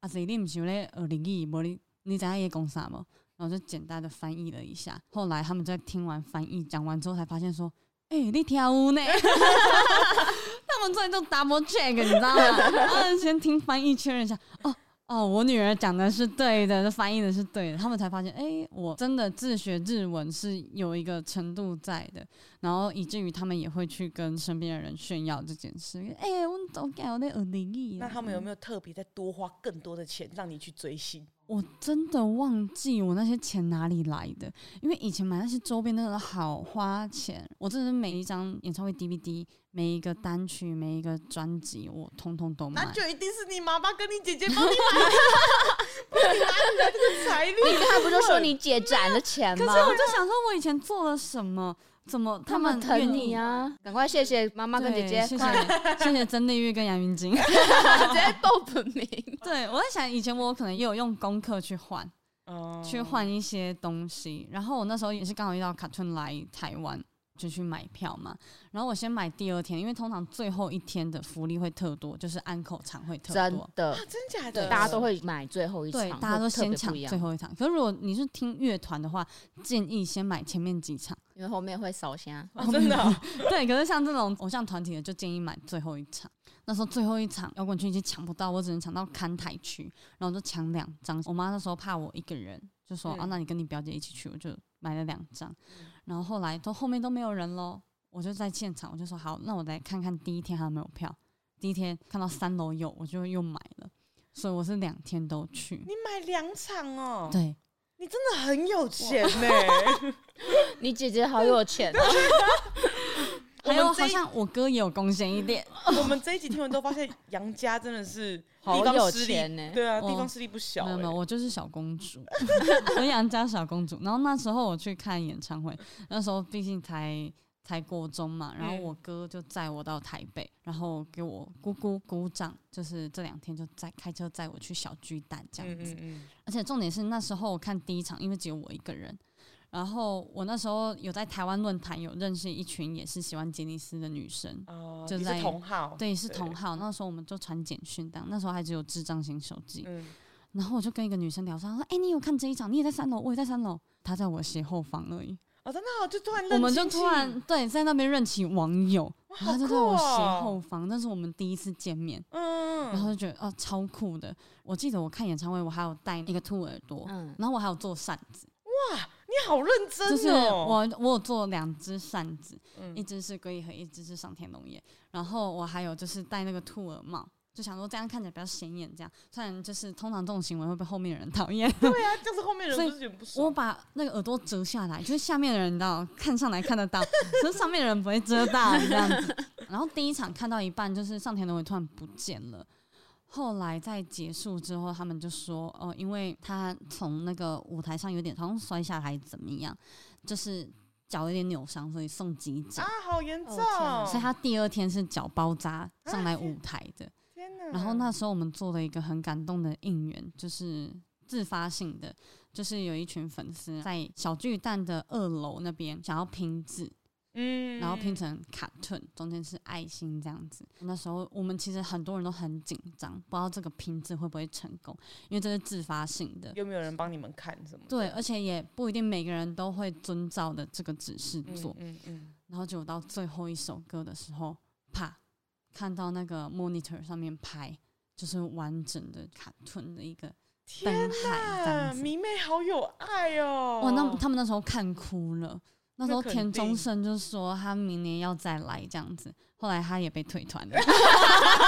阿子你不是咧呃日语，无你你知影伊讲啥无？”然后就简单的翻译了一下。后来他们在听完翻译讲完之后，才发现说：“哎、你跳舞呢？” [laughs] 他们这里就 double check，你知道吗？他们先听翻译确认一下，哦哦，我女儿讲的是对的，这翻译的是对的，他们才发现，哎、我真的自学日文是有一个程度在的，然后以至于他们也会去跟身边的人炫耀这件事。哎、我总感觉在耳灵异。
那他们有没有特别再多花更多的钱让你去追星？
我真的忘记我那些钱哪里来的，因为以前买那些周边真的好花钱。我真的是每一张演唱会 DVD、每一个单曲、每一个专辑，我通通都买
那。就一定是你妈妈跟你姐姐帮你买的， [laughs] 不然你哪里来这个财
[laughs]
力？
你 [laughs] 他不就说你 [laughs] 姐攒了钱
可
吗
是？我就想说，我以前做了什么？怎么
他
们
们疼你
啊？
啊！赶快谢谢妈妈跟姐姐，
对谢
快
谢谢谢曾丽玉跟杨云晶。 [laughs]
直接报本 [laughs] 名。
对，我在想，以前我可能也有用功课去换，
哦
去换一些东西。然后我那时候也是刚好遇到卡顿来台湾，就去买票嘛。然后我先买第二天，因为通常最后一天的福利会特多，就是安口场会特
真
多。
的
啊，，真假
对
的？
大家都会买最后一场，
对，大家都
会特别
先
不
抢
一样
最，后一场。可是如果你是听乐团的话，建议先买前面几场。
因为后面会扫 [laughs] 虾。
啊真的啊，
[laughs] 对，可是像这种偶像团体的，就建议买最后一场。那时候最后一场摇滚区已经抢不到，我只能抢到看台区，然后我就抢两张。我妈那时候怕我一个人，就说、啊，
嗯
那你跟你表姐一起去，我就买了两张，然后后来都后面都没有人喽，我就在现场，我就说好，那我来看看第一天还有没有票，第一天看到三楼有，我就又买了，所以我是两天都去，
你买两场哦，
对，
你真的很有钱呢、
你姐姐好有钱、 [laughs] 啊，
我
还
们
有
这
好
一
像我哥也有贡献一点，
[laughs] 我们这一集听完之后发现，杨家真
[laughs]
的是
好
地方
有
势
钱
力，
呢
对啊，
哦
地方势力不小、
没有没有，
欸。
我就是小公主， [laughs] 我养家小公主。然后那时候我去看演唱会，那时候毕竟才才国中嘛，然后
嗯
我哥就载我到台北，然后给我姑姑鼓掌，就是这两天就载开车载我去小巨蛋这样
嗯
子。
嗯嗯，
而且重点是那时候我看第一场，因为只有我一个人。然后我那时候有在台湾论坛有认识一群也是喜欢杰尼斯的女生，
哦、
就
你
在
是同号，
对，是同号。那时候我们就传简讯，这样那时候还只有智障型手机，
嗯，
然后我就跟一个女生聊上，她说：“哎、你有看这一场？你也在三楼，我也在三楼。”她在我斜后方而已。
哦，真的哦、就突然认
我们就
亲戚
突然对在那边认起网友，
哇
然后她就
好
在
酷
我
哦
斜后方，那是我们第一次见面，
嗯，
然后就觉得哦超酷的。我记得我看演唱会，我还有戴一个兔耳朵，
嗯，
然后我还有做扇子，
你好认真哦，
就是我我有做两只扇子，
嗯
一只是龟和，一只是上天龙眼，然后我还有就是戴那个兔耳帽。就想说这样看起来比较显眼，这样虽然就是通常这种行为会被后面的人讨厌，
对啊，这样子后面人
所以
不是觉得不
我
爽？
把那个耳朵折下来，就是下面的人你知道看上来看得到，可是上面的人不会遮到这样子。然后第一场看到一半，就是上田龙也突然不见了。后来在结束之后，他们就说，哦、因为他从那个舞台上有点好像摔下来还是怎么样，就是脚有点扭伤，所以送急诊。
啊，好严重！
哦天啊
所以他第二天是脚包扎上来舞台的。
天哪！
然后那时候我们做了一个很感动的应援，就是自发性的，就是有一群粉丝在小巨蛋的二楼那边想要拼字，
嗯
然后拼成卡顿，中间是爱心这样子。那时候我们其实很多人都很紧张，不知道这个拼字会不会成功，因为这是自发性的。
有没有人帮你们看什么的？
对，而且也不一定每个人都会遵照的这个指示做。
嗯嗯
然后结果到最后一首歌的时候，啪，看到那个 monitor 上面拍，就是完整的卡顿的一个灯
天
海这
啊，
样子。
迷妹好有爱哦！
哇，那他们那时候看哭了。那时候
那肯
田中
定
胜就说他明年要再来这样子，后来他也被退团了。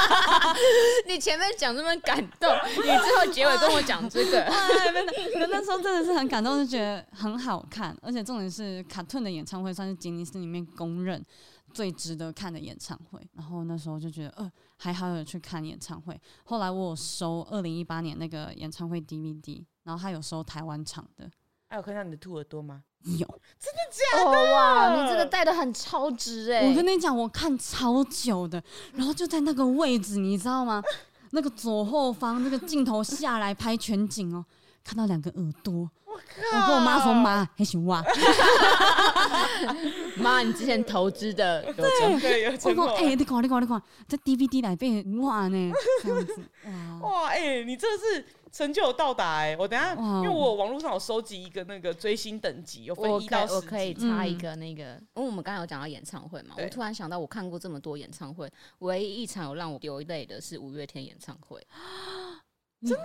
[laughs] 你前面讲这么感动，你最后结尾跟我讲这 [laughs] 个，
哎，真的，可那时候真的是很感动，就觉得很好看，而且重点是卡顿的演唱会算是吉尼斯里面公认最值得看的演唱会。然后那时候就觉得，呃，还好有去看演唱会。后来我有收二零一八年那个演唱会 DVD，然后他有收台湾场的，
哎，我看到你的兔耳朵吗？
有。
哦哇，你这个带的很超值哎、
我跟你讲，我看超久的，然后就在那个位置，你知道吗？那个左后方那个镜头下来拍全景哦，看到两个耳朵，我跟我妈
[laughs]
说妈，还啊行哇。 [laughs]
妈，你之前投资的有成
对，有
我
成
讲
果。
哎、欸，你看你看你看，这 DVD 来变哇
[laughs]
呢，这样子哇，
哇，哎、你真的是成就有到达哎、我等一下，
哇
因为我网络上有收集一个那个追星等级，有
哦我
分一
可
到
以我
十
可以
级。
插一个那个，因为我们刚才有讲到演唱会嘛，我
对
突然想到，我看过这么多演唱会，唯一一场有让我流泪的是五月天演唱会，
真的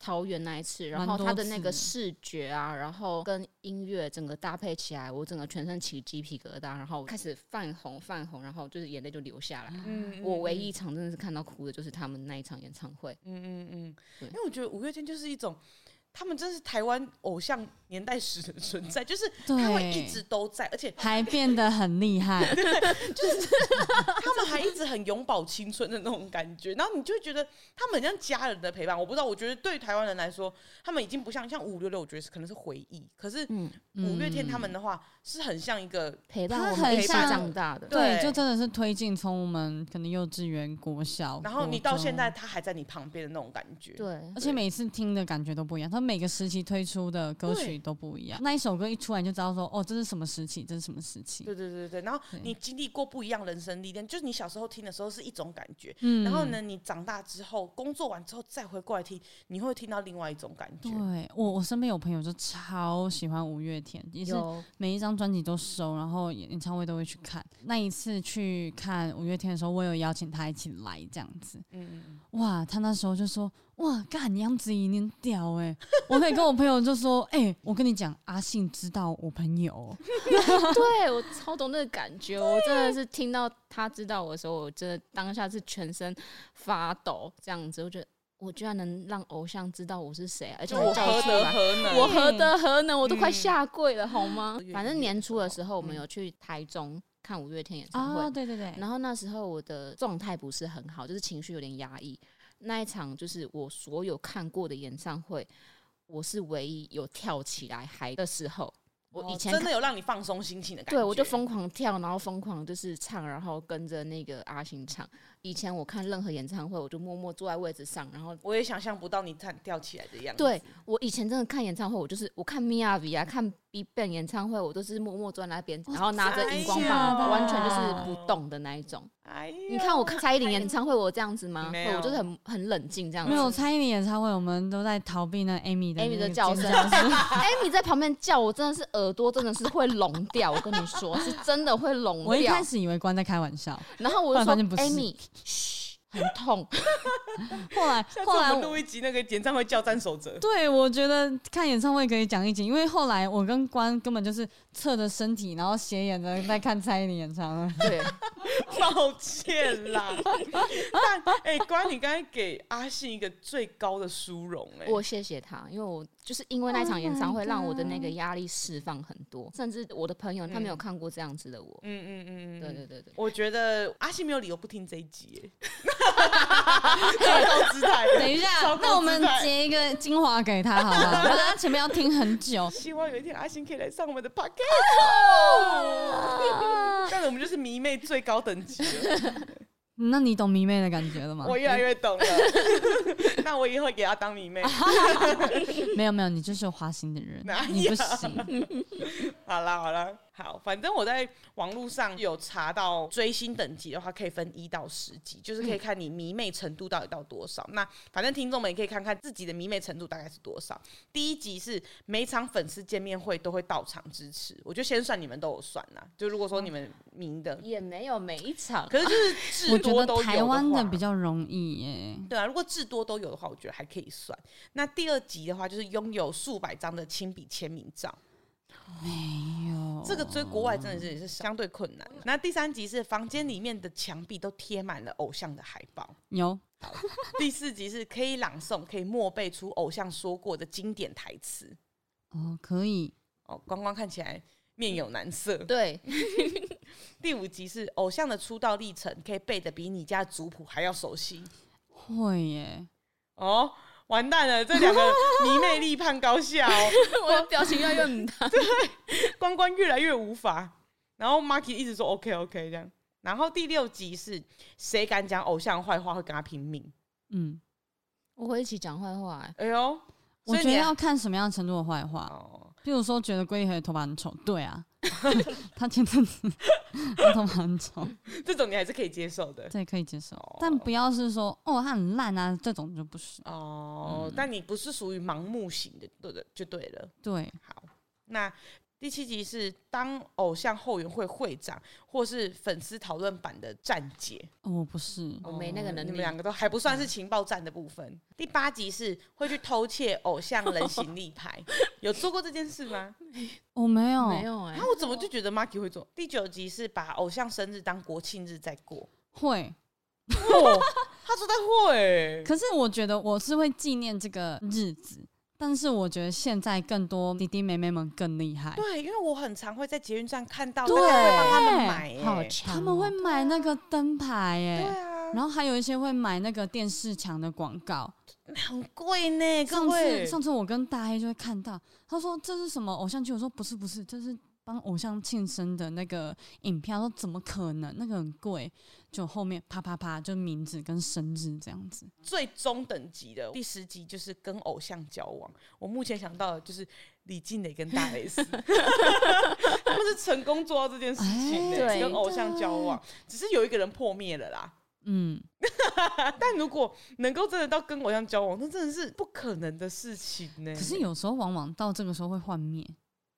桃园那一次，然
蛮
后
多
他的那
次
个
的
视觉啊，然后跟音乐整个搭配起来，我整个全身起鸡皮疙瘩，然后开始泛红泛红，然后就是眼泪就流下来。
嗯
我唯一一场真的是看到哭的，就是他们那一场演唱会。
嗯嗯嗯，
对
因为我觉得五月天就是一种，他们真是台湾偶像年代史的存在，就是他会一
对，
直都在，
[laughs]
而且
还变得很厉
[laughs]
害，
他们还一直很永葆青春的那种感觉，然后你就会觉得他们很像家人的陪伴。我不知道，我觉得对台湾人来说，他们已经不像像五六六，我觉得是可能是回忆，可是
嗯，
五月天他们的话是很像一个
陪伴
他
我们
很
一起
像
长大的。
对，
对
就真的是推进从我们可能幼稚园、国小，
然后你到
国中
现在，，他还在你旁边的那种感觉。
对
而且每次听的感觉都不一样，他每个时期推出的歌曲
对
都不一样，那一首歌一出来你就知道说，哦，这是什么时期，这是什么时期，
对对对对，然后
嗯
你经历过不一样人生历练，就是你小时候听的时候是一种感觉，
嗯
然后呢，你长大之后工作完之后再回过来听，你会听到另外一种感觉。
对我，我身边有朋友就超喜欢五月天，也是
有
每一张专辑都收，然后演演唱会都会去看。那一次去看五月天的时候，我有邀请他一起来这样子。
嗯，
哇，他那时候就说：“哇，哇，干杨子怡你很屌哎、我可以跟我朋友就说，哎、我跟你讲，阿信知道我朋友哦，
[laughs] 对我超懂那个感觉，我真的是听到他知道我的时候，我真的当下是全身发抖，这样子，我觉得我居然能让偶像知道我是谁，啊而且
就我
还叫
何
出
德
来。
何能？
我何德何能？我都快
嗯
下跪了，好吗
嗯？
反正年初的时候，我们有去台中看五月天演唱会
哦
啊，，对对对，
然后那时候我的状态不是很好，就是情绪有点压抑。那一场就是我所有看过的演唱会，我是唯一有跳起来嗨的时候。我以
哦
前
真的有让你放松心情的感觉，
对，我就疯狂跳，然后疯狂就是唱，然后跟着那个阿信唱。以前我看任何演唱会，我就默默坐在位置上，然后
我也想象不到你跳跳起来的样子。
对我以前真的看演唱会，我就是我看 Miyavi 啊，看 Big Bang 演唱会，我都是默默坐在那边，
哦
然后拿着荧光
真的
棒，完全就是不动的那一种。
哎呦，
你看我看蔡依林演唱会，我这样子吗？
没
会
有
我就是很很冷静这样子。
没有蔡依林演唱会，我们都在逃避那 Amy 的
Amy
那个
的叫
尖
声 [laughs] ，Amy 在旁边叫我，真的是耳朵真的是会聋掉。我跟你说，是真的会聋
我一
掉
开。始以为关在开玩笑，
然后我
后来
就说
发现不是
：“Amy，嘘，很痛。 [laughs]
后来
下次
后
我
来
们录一集那个演唱会叫战守则，
对，我觉得看演唱会可以讲一集，因为后来我跟关根本就是侧着身体，然后斜眼的在看蔡依林演唱会。”
对，
[laughs] 抱歉啦。 [laughs] 但哎，关，你刚才给阿信一个最高的殊荣，哎，
我谢谢他，因为我就是因为那
Oh
场
my
演唱会，让我的
God
那个压力释放很多，甚至我的朋友他没有看过这样子的我。
嗯嗯嗯嗯，
对对对对，
我觉得阿信没有理由不听这一集，
[laughs]
哎超高姿态。
[laughs] 等一下
超，高
那我们
姿态
截一个精华给他好
[laughs]
吗？不然他前面要听很久。
希望有一天阿信可以来上我们的 podcast，但是我
啊
们就是迷妹最高等级
[laughs]
了，
那你懂迷妹的感觉了吗？
我越来越懂了。 [laughs] 那我以后给他当迷妹。
没有没有，你就是有花心的人
哪，
你不
有 [laughs]
行。
好啦好啦，好，反正我在网络上有查到追星等级的话，可以分一到十级，就是可以看你迷妹程度到底到多少。那反正听众们也可以看看自己的迷妹程度大概是多少。第一集是每场粉丝见面会都会到场支持，我就先算你们都有算啦。就如果说你们迷的，
也没有每一场。
可是就是至
我觉
多
得
都有
台湾的
话
比较容易耶。
对啊，如果至多都有的话，我觉得还可以算。那第二集的话，就是拥有数百张的亲笔签名照，
没有
这个追国外真的是也是相对困难。那第三集是房间里面的墙壁都贴满了偶像的海
[laughs]
报，
有
第四集是可以朗诵、可以默背出偶像说过的经典台词。
哦，可以。
哦，光光看起来面有难色。
对，
第五集是偶像的出道历程，可以背的比你家族谱还要熟悉。
会耶，
哦，完蛋了，这两个迷妹力攀高下哦。
[laughs] 我的表情越来越唔大。
关关越来越无法，然后 Marky 一直说 OK OK 这样。然后第六集是谁敢讲偶像坏话会跟他拼命？
嗯，
[laughs] 我会一起讲坏话、欸，
哎呦，
我
所以
觉得
你
要看什么样程度的坏话。
哦，
譬如说，觉得龟壳的头发很丑，对啊，他前阵子他头发很丑，
这种你还是可以接受的
这可以接受
哦，
但不要是说哦他很烂啊，这种就不是。
哦。但你不是属于盲目型的，对的，就对了。
对，
好，那第七集是当偶像后援会会长或是粉丝讨论版的站姐。哦
哦我不是，
我没那个能
你们
力。
两个都还不算是情报站的部分。第八集是会去偷窃偶像人形立
[laughs]
牌，有做过这件事吗？
我没有，
没有哎、
然后我怎么就觉得 Marky 会做？第九集是把偶像生日当国庆日在过，
会。
哦，他说他
欸
会，
[laughs] 可是我觉得我是会纪念这个日子，但是我觉得现在更多弟弟妹妹们更厉害，
对，因为我很常会在捷运站看到，
对
大家会帮他们买、
好哦
欸，
强、
他们会买那个灯牌
对
耶，
啊，
然后还有一些会买那个电视墙的广告。
很贵呢，各
上次
位。
上次我跟大黑就会看到，他说这是什么偶像剧？我说不是不是，这是帮偶像庆生的那个影片。他说怎么可能？那个很贵。就后面啪啪啪，就名字跟生日这样子。
最终等级的第十集就是跟偶像交往，我目前想到的就是李静蕾跟大
[laughs]
S，他们是成功做到这件事情
哎
呢、
对
跟偶像交往，只是有一个人破灭了啦。
嗯，
但如果能够真的到跟偶像交往，那真的是不可能的事情呢。
可是有时候往往到这个时候会幻灭，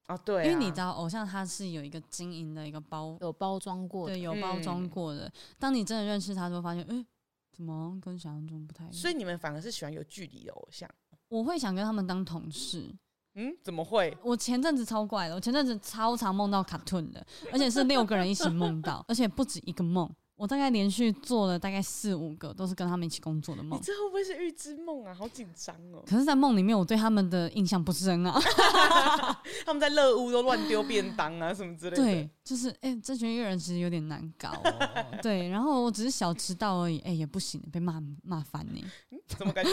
啊，对啊
因为你知道偶像他是有一个经营的一个包，
有包装过的
嗯
对，有包装过的。当你真的认识他，就会发现，哎、怎么好像跟想象中不太一
所
样？
以你们反而是喜欢有距离的偶像。
我会想跟他们当同事。
嗯，怎么会？
我前阵子超怪的，我前阵子超常梦到卡顿
[laughs]
的，而且是六个人一起梦到，而且不止一个梦。我大概连续做了大概四五个，都是跟他们一起工作的
你
梦。
这会不会是预知梦啊？好紧张哦！ [laughs]
可是，在梦里面，我对他们的印象不啊是很好。
他们在乐屋都乱丢便当啊，什么之类的。
对，就是哎、这群艺人其实有点难
[laughs]
搞、哦。对，然后我只是小迟到而已，哎、也不行，被骂骂翻呢、
怎么感觉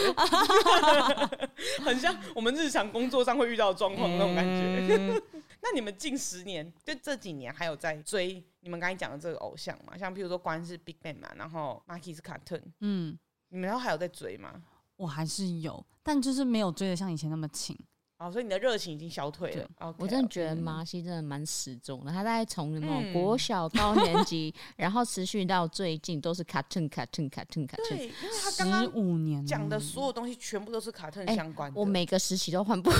[laughs] 很像我们日常工作上会遇到的状况那种感觉？
觉。
[laughs] 那你们近十年，就这几年还有在追你们刚才讲的这个偶像嘛？像譬如说关是 Big Bang 嘛，然后 Marky 是 Cartoon，
嗯，
你们然后还有在追吗？
我还是有，但就是没有追的像以前那么勤。
哦，所以你的热情已经消退了
对。
OK，
我真的觉得
OK
麻西真的蛮始终的，他大概从什么
嗯
国小高年级， [laughs] 然后持续到最近都是 cartoon cartoon cartoon cartoon。
对，因为他刚
十
刚
五年了
讲的所有东西全部都是 Cartoon
哎
相关的。 [laughs]
我每个时期都换不，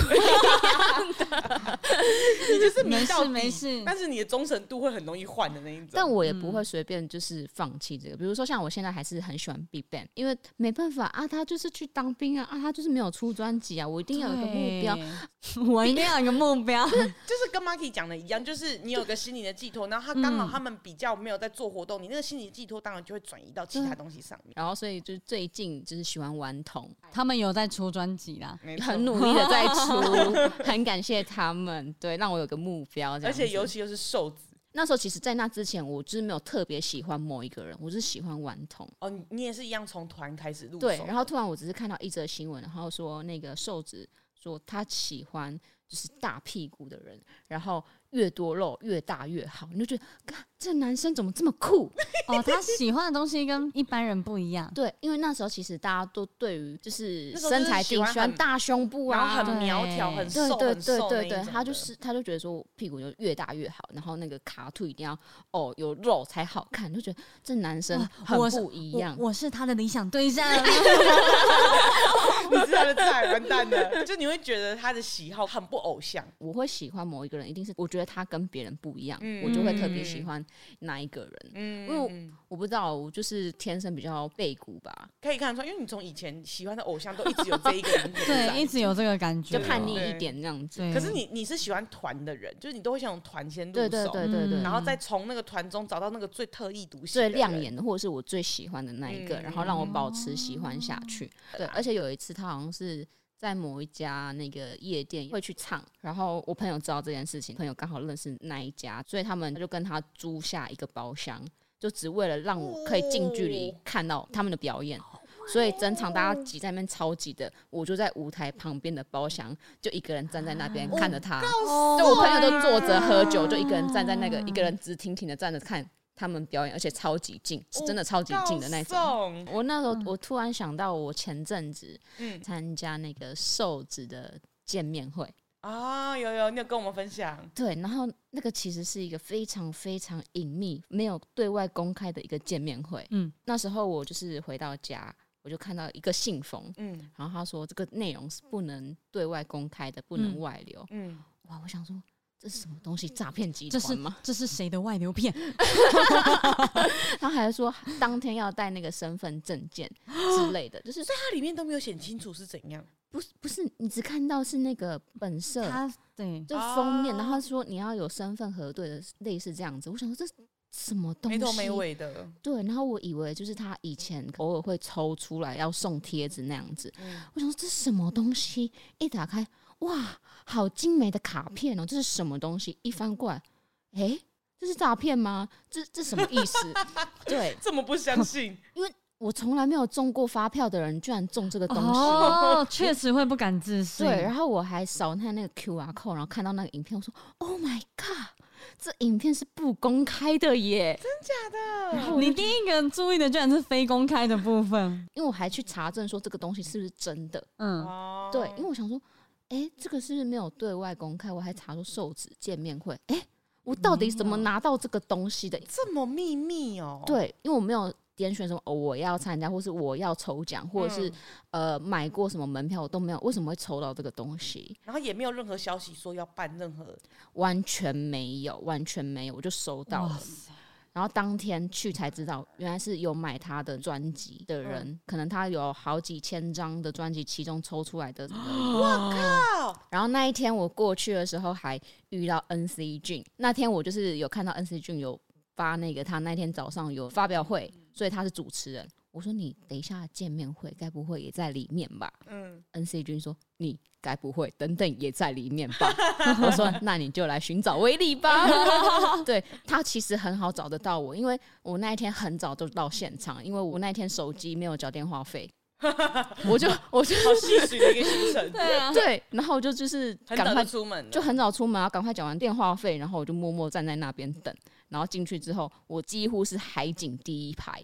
你就是迷到底
没事没事
但是你的忠诚度会很容易换的那一种。
但我也
嗯
不会随便就是放弃这个。比如说像我现在还是很喜欢 Big Bang，因为没办法啊，他就是去当兵啊，啊他就是没有出专辑啊，我一定要有一个目标。
标，我一定要有一个目标。
就是跟 Marky 讲的一样，就是你有个心理的寄托，然后他刚好他们比较没有在做活动，你那个心理寄托当然就会转移到其他东西上面。
然后所以就是最近就是喜欢顽童，
他们有在出专辑
[laughs]
啦，
没错
很努力的在
[laughs]
出，很感谢他们，对，让我有个目标这
而
样子。
且尤其又是瘦子
那时候其实，在那之前，我就是没有特别喜欢某一个人，我就是喜欢顽童。
哦，你你也是一样从团开始入手
对，然后突然我只是看到一则新闻，然后说那个瘦子说他喜欢就是大屁股的人，然后越多肉越大越好，你就觉得，干这男生怎么这么酷？。
哦，他喜欢的东西跟一般人不一样
对，因为那时候其实大家都对于就是
那时候就是
身材
喜
定
欢
喜欢
很
大胸部
然后
啊，
很苗条，
对
很
对
瘦，
对
很
对
瘦那
对
一
对，
种
他就
的
是他就觉得说屁股就越大越好，然后那个卡兔一定要哦有肉才好看，就觉得这男生
哇
很
我是
不一
我
样。
我是他的理想对
[laughs]
象。
你知道的菜完蛋了，就你会觉得他的喜好很不偶像。
我会喜欢某一个人，一定是我觉得他跟别人不一样，
嗯
我就会特别喜欢那一个人。
嗯，
因为我不知道，我就是天生比较背骨吧，
可以看得出来，因为你从以前喜欢的偶像都一直有这一个灵魂
对，一
在。
直有这个感觉
啊就
哦，
叛逆
对
一点那样子。
对，
可是你你是喜欢团的人，就是你都会想从团先入
对
手，
对对对对，
嗯
然后再从那个团中找到那个最特立独行、
最亮。眼的，或者是我最喜欢的那一个，
嗯
然后让我保持喜欢下去。嗯对，啊而且有一次他好像是在某一家那个夜店会去唱，然后我朋友知道这件事情，朋友刚好认识那一家，所以他们就跟他租下一个包厢，就只为了让我可以近距离
哦
看到他们的表演。所以整场大家挤在那边超挤的，我就在舞台旁边的包厢，就一个人站在那边看着他。
哦
就我朋友都坐着喝酒，就一个人站在那个，一个人直挺挺的站着看他们表演，而且超级近，是真的超级近的那种。嗯
种。
我那时候我突然想到，我前阵子
嗯
参加那个瘦子的见面会，
啊，有有，你有跟我们分享，
对，然后那个其实是一个非常非常隐秘、没有对外公开的一个见面会。
嗯
嗯，那时候我就是回到家，我就看到一个信封，
嗯
然后他说这个内容是不能对外公开的，不
嗯
能外流。
嗯，
哇，我想说这是什么东西？诈骗集
这是
团吗？
这是谁的外流片？
他还说当天要带那个身份证件之类的，就是
它里面都没有写清楚是怎样，
不是不是你只看到是那个本色，
他对，
就封面，
啊
然后说你要有身份核对的，类似这样子。我想说这什么东西？
没头没尾的。
对，然后我以为就是他以前偶尔会抽出来要送贴纸那样子，
嗯
我想说这是什么东西？一打开，哇，好精美的卡片哦，这是什么东西？一翻过来，诶、这是诈骗吗？这这什么意
[laughs]
思？对，
这么不相
[laughs]
信，
我从来没有中过发票的人，居然中这个东西。
哦，确实会不敢置信。
对，然后我还扫看那个 QR code，然后看到那个影片，我说 Oh my god，这影片是不公开的耶！
你第一个注意的居然是非公开的部分。
因为我还去查证说这个东西是不是真的。
嗯，
哦
对，因为我想说，诶，这个是不是没有对外公开？我还查出瘦子见面会，诶，我到底怎么拿到这个东西的？
这么秘密哦。，
对，因为我没有点选什么哦，我要参加，或是我要抽奖，或者是、呃买过什么门票，我都没有，为什么会抽到这个东西？
然后也没有任何消息说要办任何，
完全没有，完全没有，我就收到
哇
了。
塞，
然后当天去才知道，原来是有买他的专辑的人，可能他有好几千张的专辑，其中抽出来的。
靠，
然后那一天我过去的时候还遇到 N C 俊，那天我就是有看到 N C 俊有发那个他那天早上有发表会，所以他是主持人。我说你等一下见面会，该不会也在里面吧？
嗯，
N C 君说：“你该不会等等也在里面吧？” [laughs] 我说：“那你就来寻找威力吧。 [laughs] 对”他其实很好找得到我，因为我那一天很早就到现场，因为我那一天手机没有交电话
[laughs]
费，我就我就
好细水的一个行程，
对啊，
[laughs] 对，然后我就就是
很
赶
早
快
就出门了，
就很早出门，然后赶快缴完电话费，然后我就默默站在那边等。然后进去之后，我几乎是海景第一
[gasps]
排，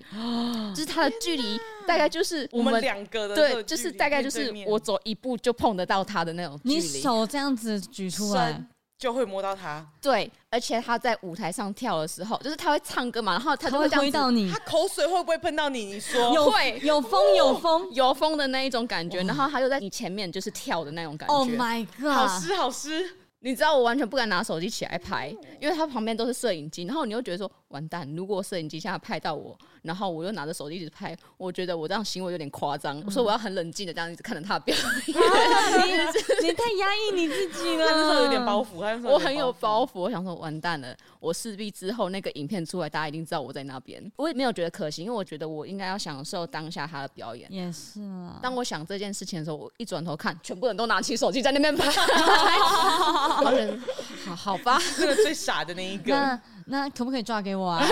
就是它的距离大概就是
我们两个的那
对，
个
就
距
是
离
大概就
面对
是
面
我走一步就碰得到他的那种距
你
离。
手这样子举出来
伸，就会摸到他，
对，而且他在舞台上跳的时候，就是他会唱歌嘛，然后
它
他就
会
这样
挥
子
到你
他，口水会不会碰到你？你说
有
会
有风有风
油风的那一种感觉，然后他就在你前面就是跳的那 [laughs] 种感觉。
，Oh my
啊
好
god！
湿好湿，
你知道我完全不敢拿手机起来拍，因为他旁边都是摄影机，然后你又觉得说完蛋，如果摄影机现在拍到我，然后我又拿着手机一直拍，我觉得我这样行为有点夸
嗯
张，所以我要很冷静的这样一直看着他的表演。
啊你你 [laughs] 太压抑你自己
他
了，
那时候有点包袱，他那时候
啊我很有
包袱
包袱，我想说完蛋了，我势必之后那个影片出来，大家一定知道我在那边。我也没有觉得可惜，因为我觉得我应该要享受当下他的表
嗯
演。
也是啦。
当我想这件事情的时候，我一转头看，全部人都拿起手机在那边拍，
[laughs]
好人好好吧，
那个最傻的那一个，
那那可不可以抓给我
[laughs]
啊？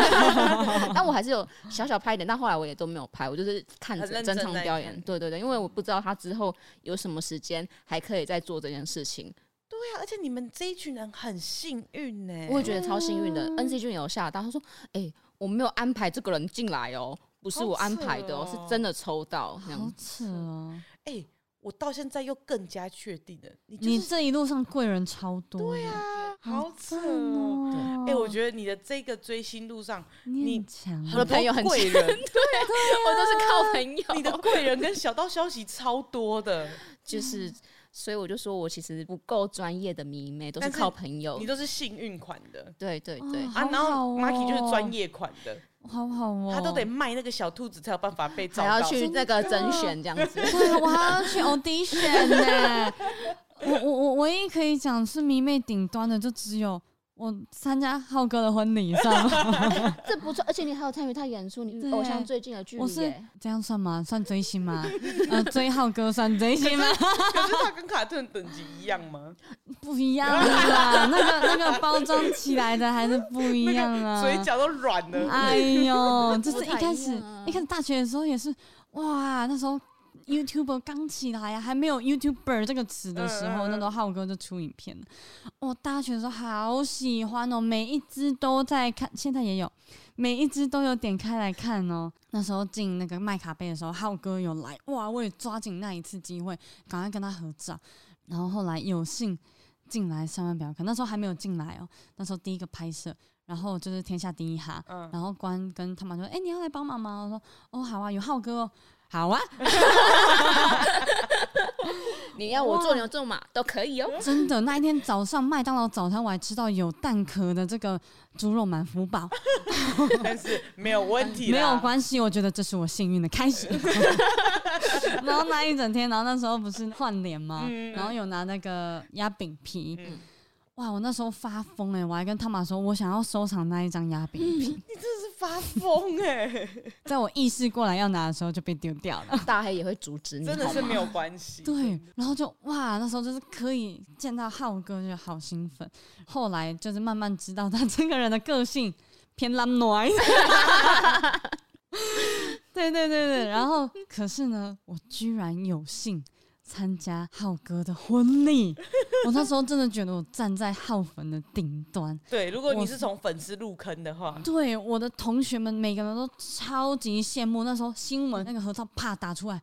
但我还是有小小拍一点，但后来我也都没有拍，我就是看
很
着
认
整
真
场
在
表
看
演。对对对，因为我不知道他之后有什么时间还可以再做这件事情，
对啊，而且你们这一群人很幸运呢、
我也觉得超幸运的。N C 君也有吓到，他说：“哎、我没有安排这个人进来哦、不是
好
我安
扯
排的、哦，
哦
是真的抽到。”
好
这样
扯哦！
哎、我到现在又更加确定了，你就
你
是
这一路上贵人超多，对啊，
好扯
赞
哦！
哦！
哎、我觉得你的这个追星路上，
你
你
很强啊，
我的朋友很
多贵人，
啊我都是靠朋友，
你的贵人跟小道消息超多的，
就是，所以我就说我其实不够专业的迷妹，都是
但是
靠朋友
你。都是幸运款的
对对对，
哦
啊。然
好好
后
哦
Marky 就是专业款的，
好好哦，
他都得卖那个小兔子才有办法被找
还要
到。
去那个甄选这样子。
对，啊我还要去 audition 呢、 [laughs] 我我我唯一可以讲是迷妹顶端的，就只有我参加浩哥的婚礼上，
[laughs] 这不错，而且你还有参与他演出，你
对
偶像最近的距
我
离
是
耶。
[laughs] 这样算吗？算追星吗？呃，追浩哥算追星吗？
可是他跟卡顿等级一样吗？
不一样
[laughs]
啦，那个那个包装起来的还是不一样
嗯
啊。
嘴角都软了。
哎
[laughs]
呦，就是
不
一
太
开
一
始
样啊
一开始大学的时候也是，哇，那时候 YouTuber 刚起来呀、还没有 YouTuber 这个词的时候，
嗯嗯嗯
那时候浩哥就出影片了。我大学的时候好喜欢哦，每一支都在看，现在也有，每一支都有点开来看哦。那时候进那个麦卡贝的时候，浩哥有来，哇，我也抓紧那一次机会，赶快跟他合照。然后后来有幸进来上班表演课，那时候还没有进来哦，那时候第一个拍摄，然后就是天下第一哈，
嗯，
然后关跟他们说：“哎、你要来帮忙吗？”我说：“哦，好啊，有浩哥、哦，好啊，
你要我做牛做马都可 [laughs] 以哦。
[laughs]
真的。”那一天早上麦当劳早餐我还吃到有蛋壳的这个猪肉满福宝，
但是没有问题，
没有。关系，我觉得这是我幸运的开
[laughs]
始。然后那一整天，然后那时候不是换脸吗？
嗯
然后有拿那个鸭饼皮。
嗯
哇！我那时候发疯哎、我还跟他妈说，我想要收藏那一张鸭饼
[laughs]
皮。
你真的是发疯哎、
在我意识过来要拿的时候，就被丢掉了。
大黑也会阻止你，
[laughs] 真的
好
是
吗
没有关系。
对，然后就哇，那时候就是可以见到浩哥，就好兴奋。后来就是慢慢知道他 [laughs] 这个人的个性偏懒暖。 [laughs] 对对对对，然后可是呢，我居然有幸参加浩哥的婚礼，我那时候真的觉得我站在浩粉的顶端。
对，如果
我
你是从粉丝入坑的话，
对，我的同学们每个人都超级羡慕。那时候新闻那个合照啪打出来，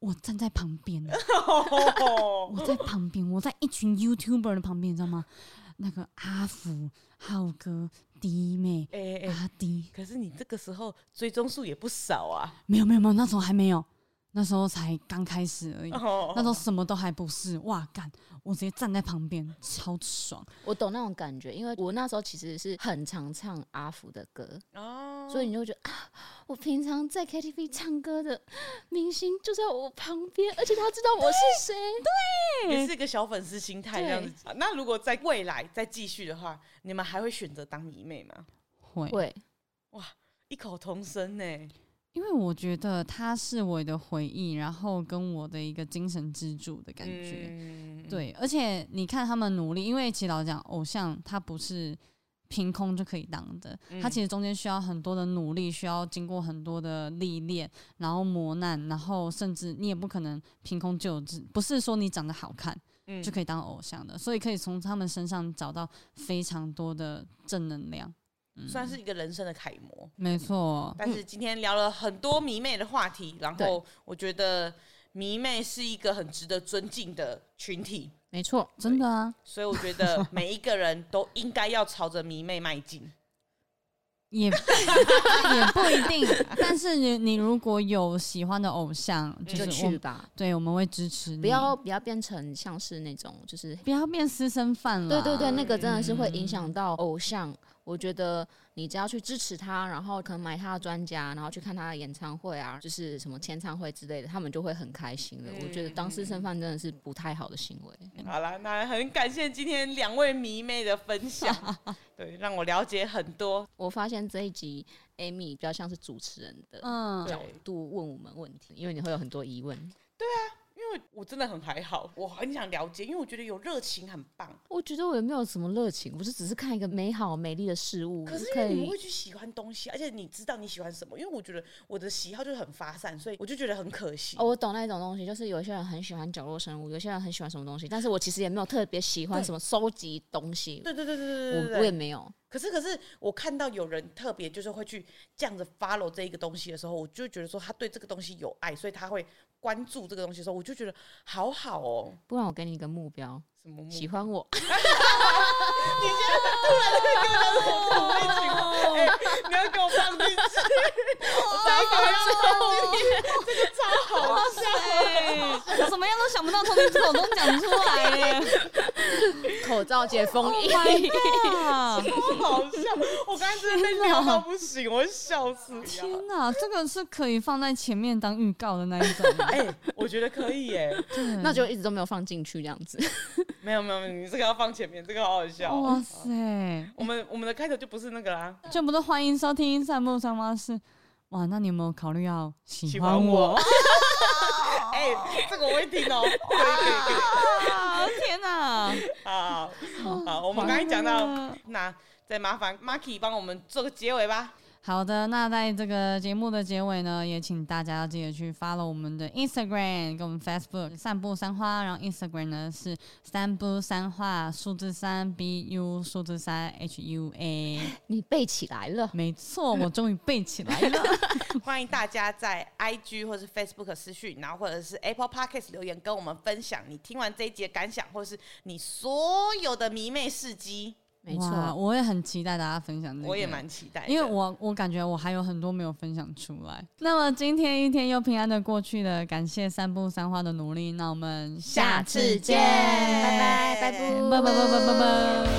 我站在旁边。
哦
我在旁边，我在一群 YouTuber 的旁边，你知道吗？那个阿福、浩哥、弟妹、
哎哎、哎
阿迪，
可是你这个时候追踪数也不少啊，
没有没有没有，那时候还没有，那时候才刚开始而已，
哦
那时候什么都还不是。哇，干！我直接站在旁边，超爽。
我懂那种感觉，因为我那时候其实是很常唱阿福的歌，
哦
所以你就会觉得啊，我平常在 KTV 唱歌的明星就在我旁边，而且他知道我是 [laughs] 谁。
也是一个小粉丝心态这样子
对。
啊那如果在未来再继续的话，你们还会选择当迷妹吗？
会，
会，
异口同声欸呢、
因为我觉得它是我的回忆，然后跟我的一个精神支柱的感觉。
嗯，
对，而且你看他们努力，因为其实老实讲，偶像他不是凭空就可以当的，他
嗯
其实中间需要很多的努力，需要经过很多的历练，然后磨难，然后甚至你也不可能凭空就有，不是说你长得好看
嗯
就可以当偶像的，所以可以从他们身上找到非常多的正能量。嗯
算是一个人生的楷模。
没错，
但是今天聊了很多迷妹的话题，然后
对
我觉得迷妹是一个很值得尊敬的群体，
没错，
真的啊，
所以我觉 [laughs] 得每一个人都应该要朝着迷妹迈进。
也 [laughs] 也不一定，但是你你如果有喜欢的偶像，
就
嗯
就是我
去
们
吧，
对我们会支持你，
不要不要变成像是那种就是
不要变私生饭了。
对嗯对对，那个真的是会影响到偶像。我觉得你只要去支持他，然后可能买他的专家，然后去看他的演唱会啊，就是什么签唱会之类的，他们就会很开心了。我觉得当私生饭真的是不太好的行为。
好啦，那很感谢今天两位迷妹的分享， [laughs] 对，让我了解很多。
我发现这一集 Amy 比较像是主持人的
嗯，
对
角度问我们问题，因为你会有很多疑问。
因为我真的很还好，我很想了解，因为我觉得有热情很棒。
我觉得我也没有什么热情，我就只是看一个美好美丽的事物，
可是因
可
为你
以
们会去喜欢东西，而且你知道你喜欢什么。因为我觉得我的喜好就是很发散，所以我就觉得很可惜。
哦，我懂那种东西，就是有一些人很喜欢角落生物，有些人很喜欢什么东西，但是我其实也没有特别喜欢什么收集东西，
对对对对对对对
我我也没有。
可是，可是我看到有人特别就是会去这样子 follow 这一个东西的时候，我就觉得说他对这个东西有爱，所以他会关注这个东西的时候，我就觉得好好哦。
不然我给你一个目标，
什么目？
喜欢 [laughs] 我，
哎 [laughs] 你要给我放进去， [laughs] 我再给我放进去，这个超好笑。
我怎么样都想不到从你口中讲出来耶
[laughs]
Oh
口罩解 [laughs] 封印。
！My God！
超好笑！我刚才真的被
天哪
聊到不行，我笑死了。
天哪，这个是可以放在前面当预告的那一种。
[laughs] 哎、我觉得可以耶、
那就一直都没有放进去这样子，
没有没有，没有你这个要放前面，这个好好笑哦。
哇塞，
我们我们的开头就不是那个啦，
这不都欢迎收听《散步三八是哇，那你有没有考虑要喜
喜
欢
欢
我
我？。 [laughs] 哎、这个我会听哦、可以可以可以。
啊！天哪！嗯
好好，我们刚才讲到，那再麻烦 Marky 帮我们做个结尾吧。
好的，那在这个节目的结尾呢，也请大家要记得去 follow 我们的 Instagram 跟我们 Facebook 散步三花，然后 Instagram 呢是散步三花数字三 B U 数字三 H U A，
[laughs] [laughs] 你背起来了。
没错，我终于背起来了。
欢迎大家在 IG 或是 Facebook 私讯，然后或者是 Apple Podcast 留言跟我们分享你听完这一节感想，或是你所有的迷妹事迹，
[laughs] 没
哇
错，哎
我也很期待大家分享、那个。
我也蛮期待的。
嗯因为我我感觉我还有很多没有分享出来。那么今天一天又平安的过去了，感谢散步三花的努力。那我们
下次见，拜拜，拜拜，
拜拜拜拜拜拜。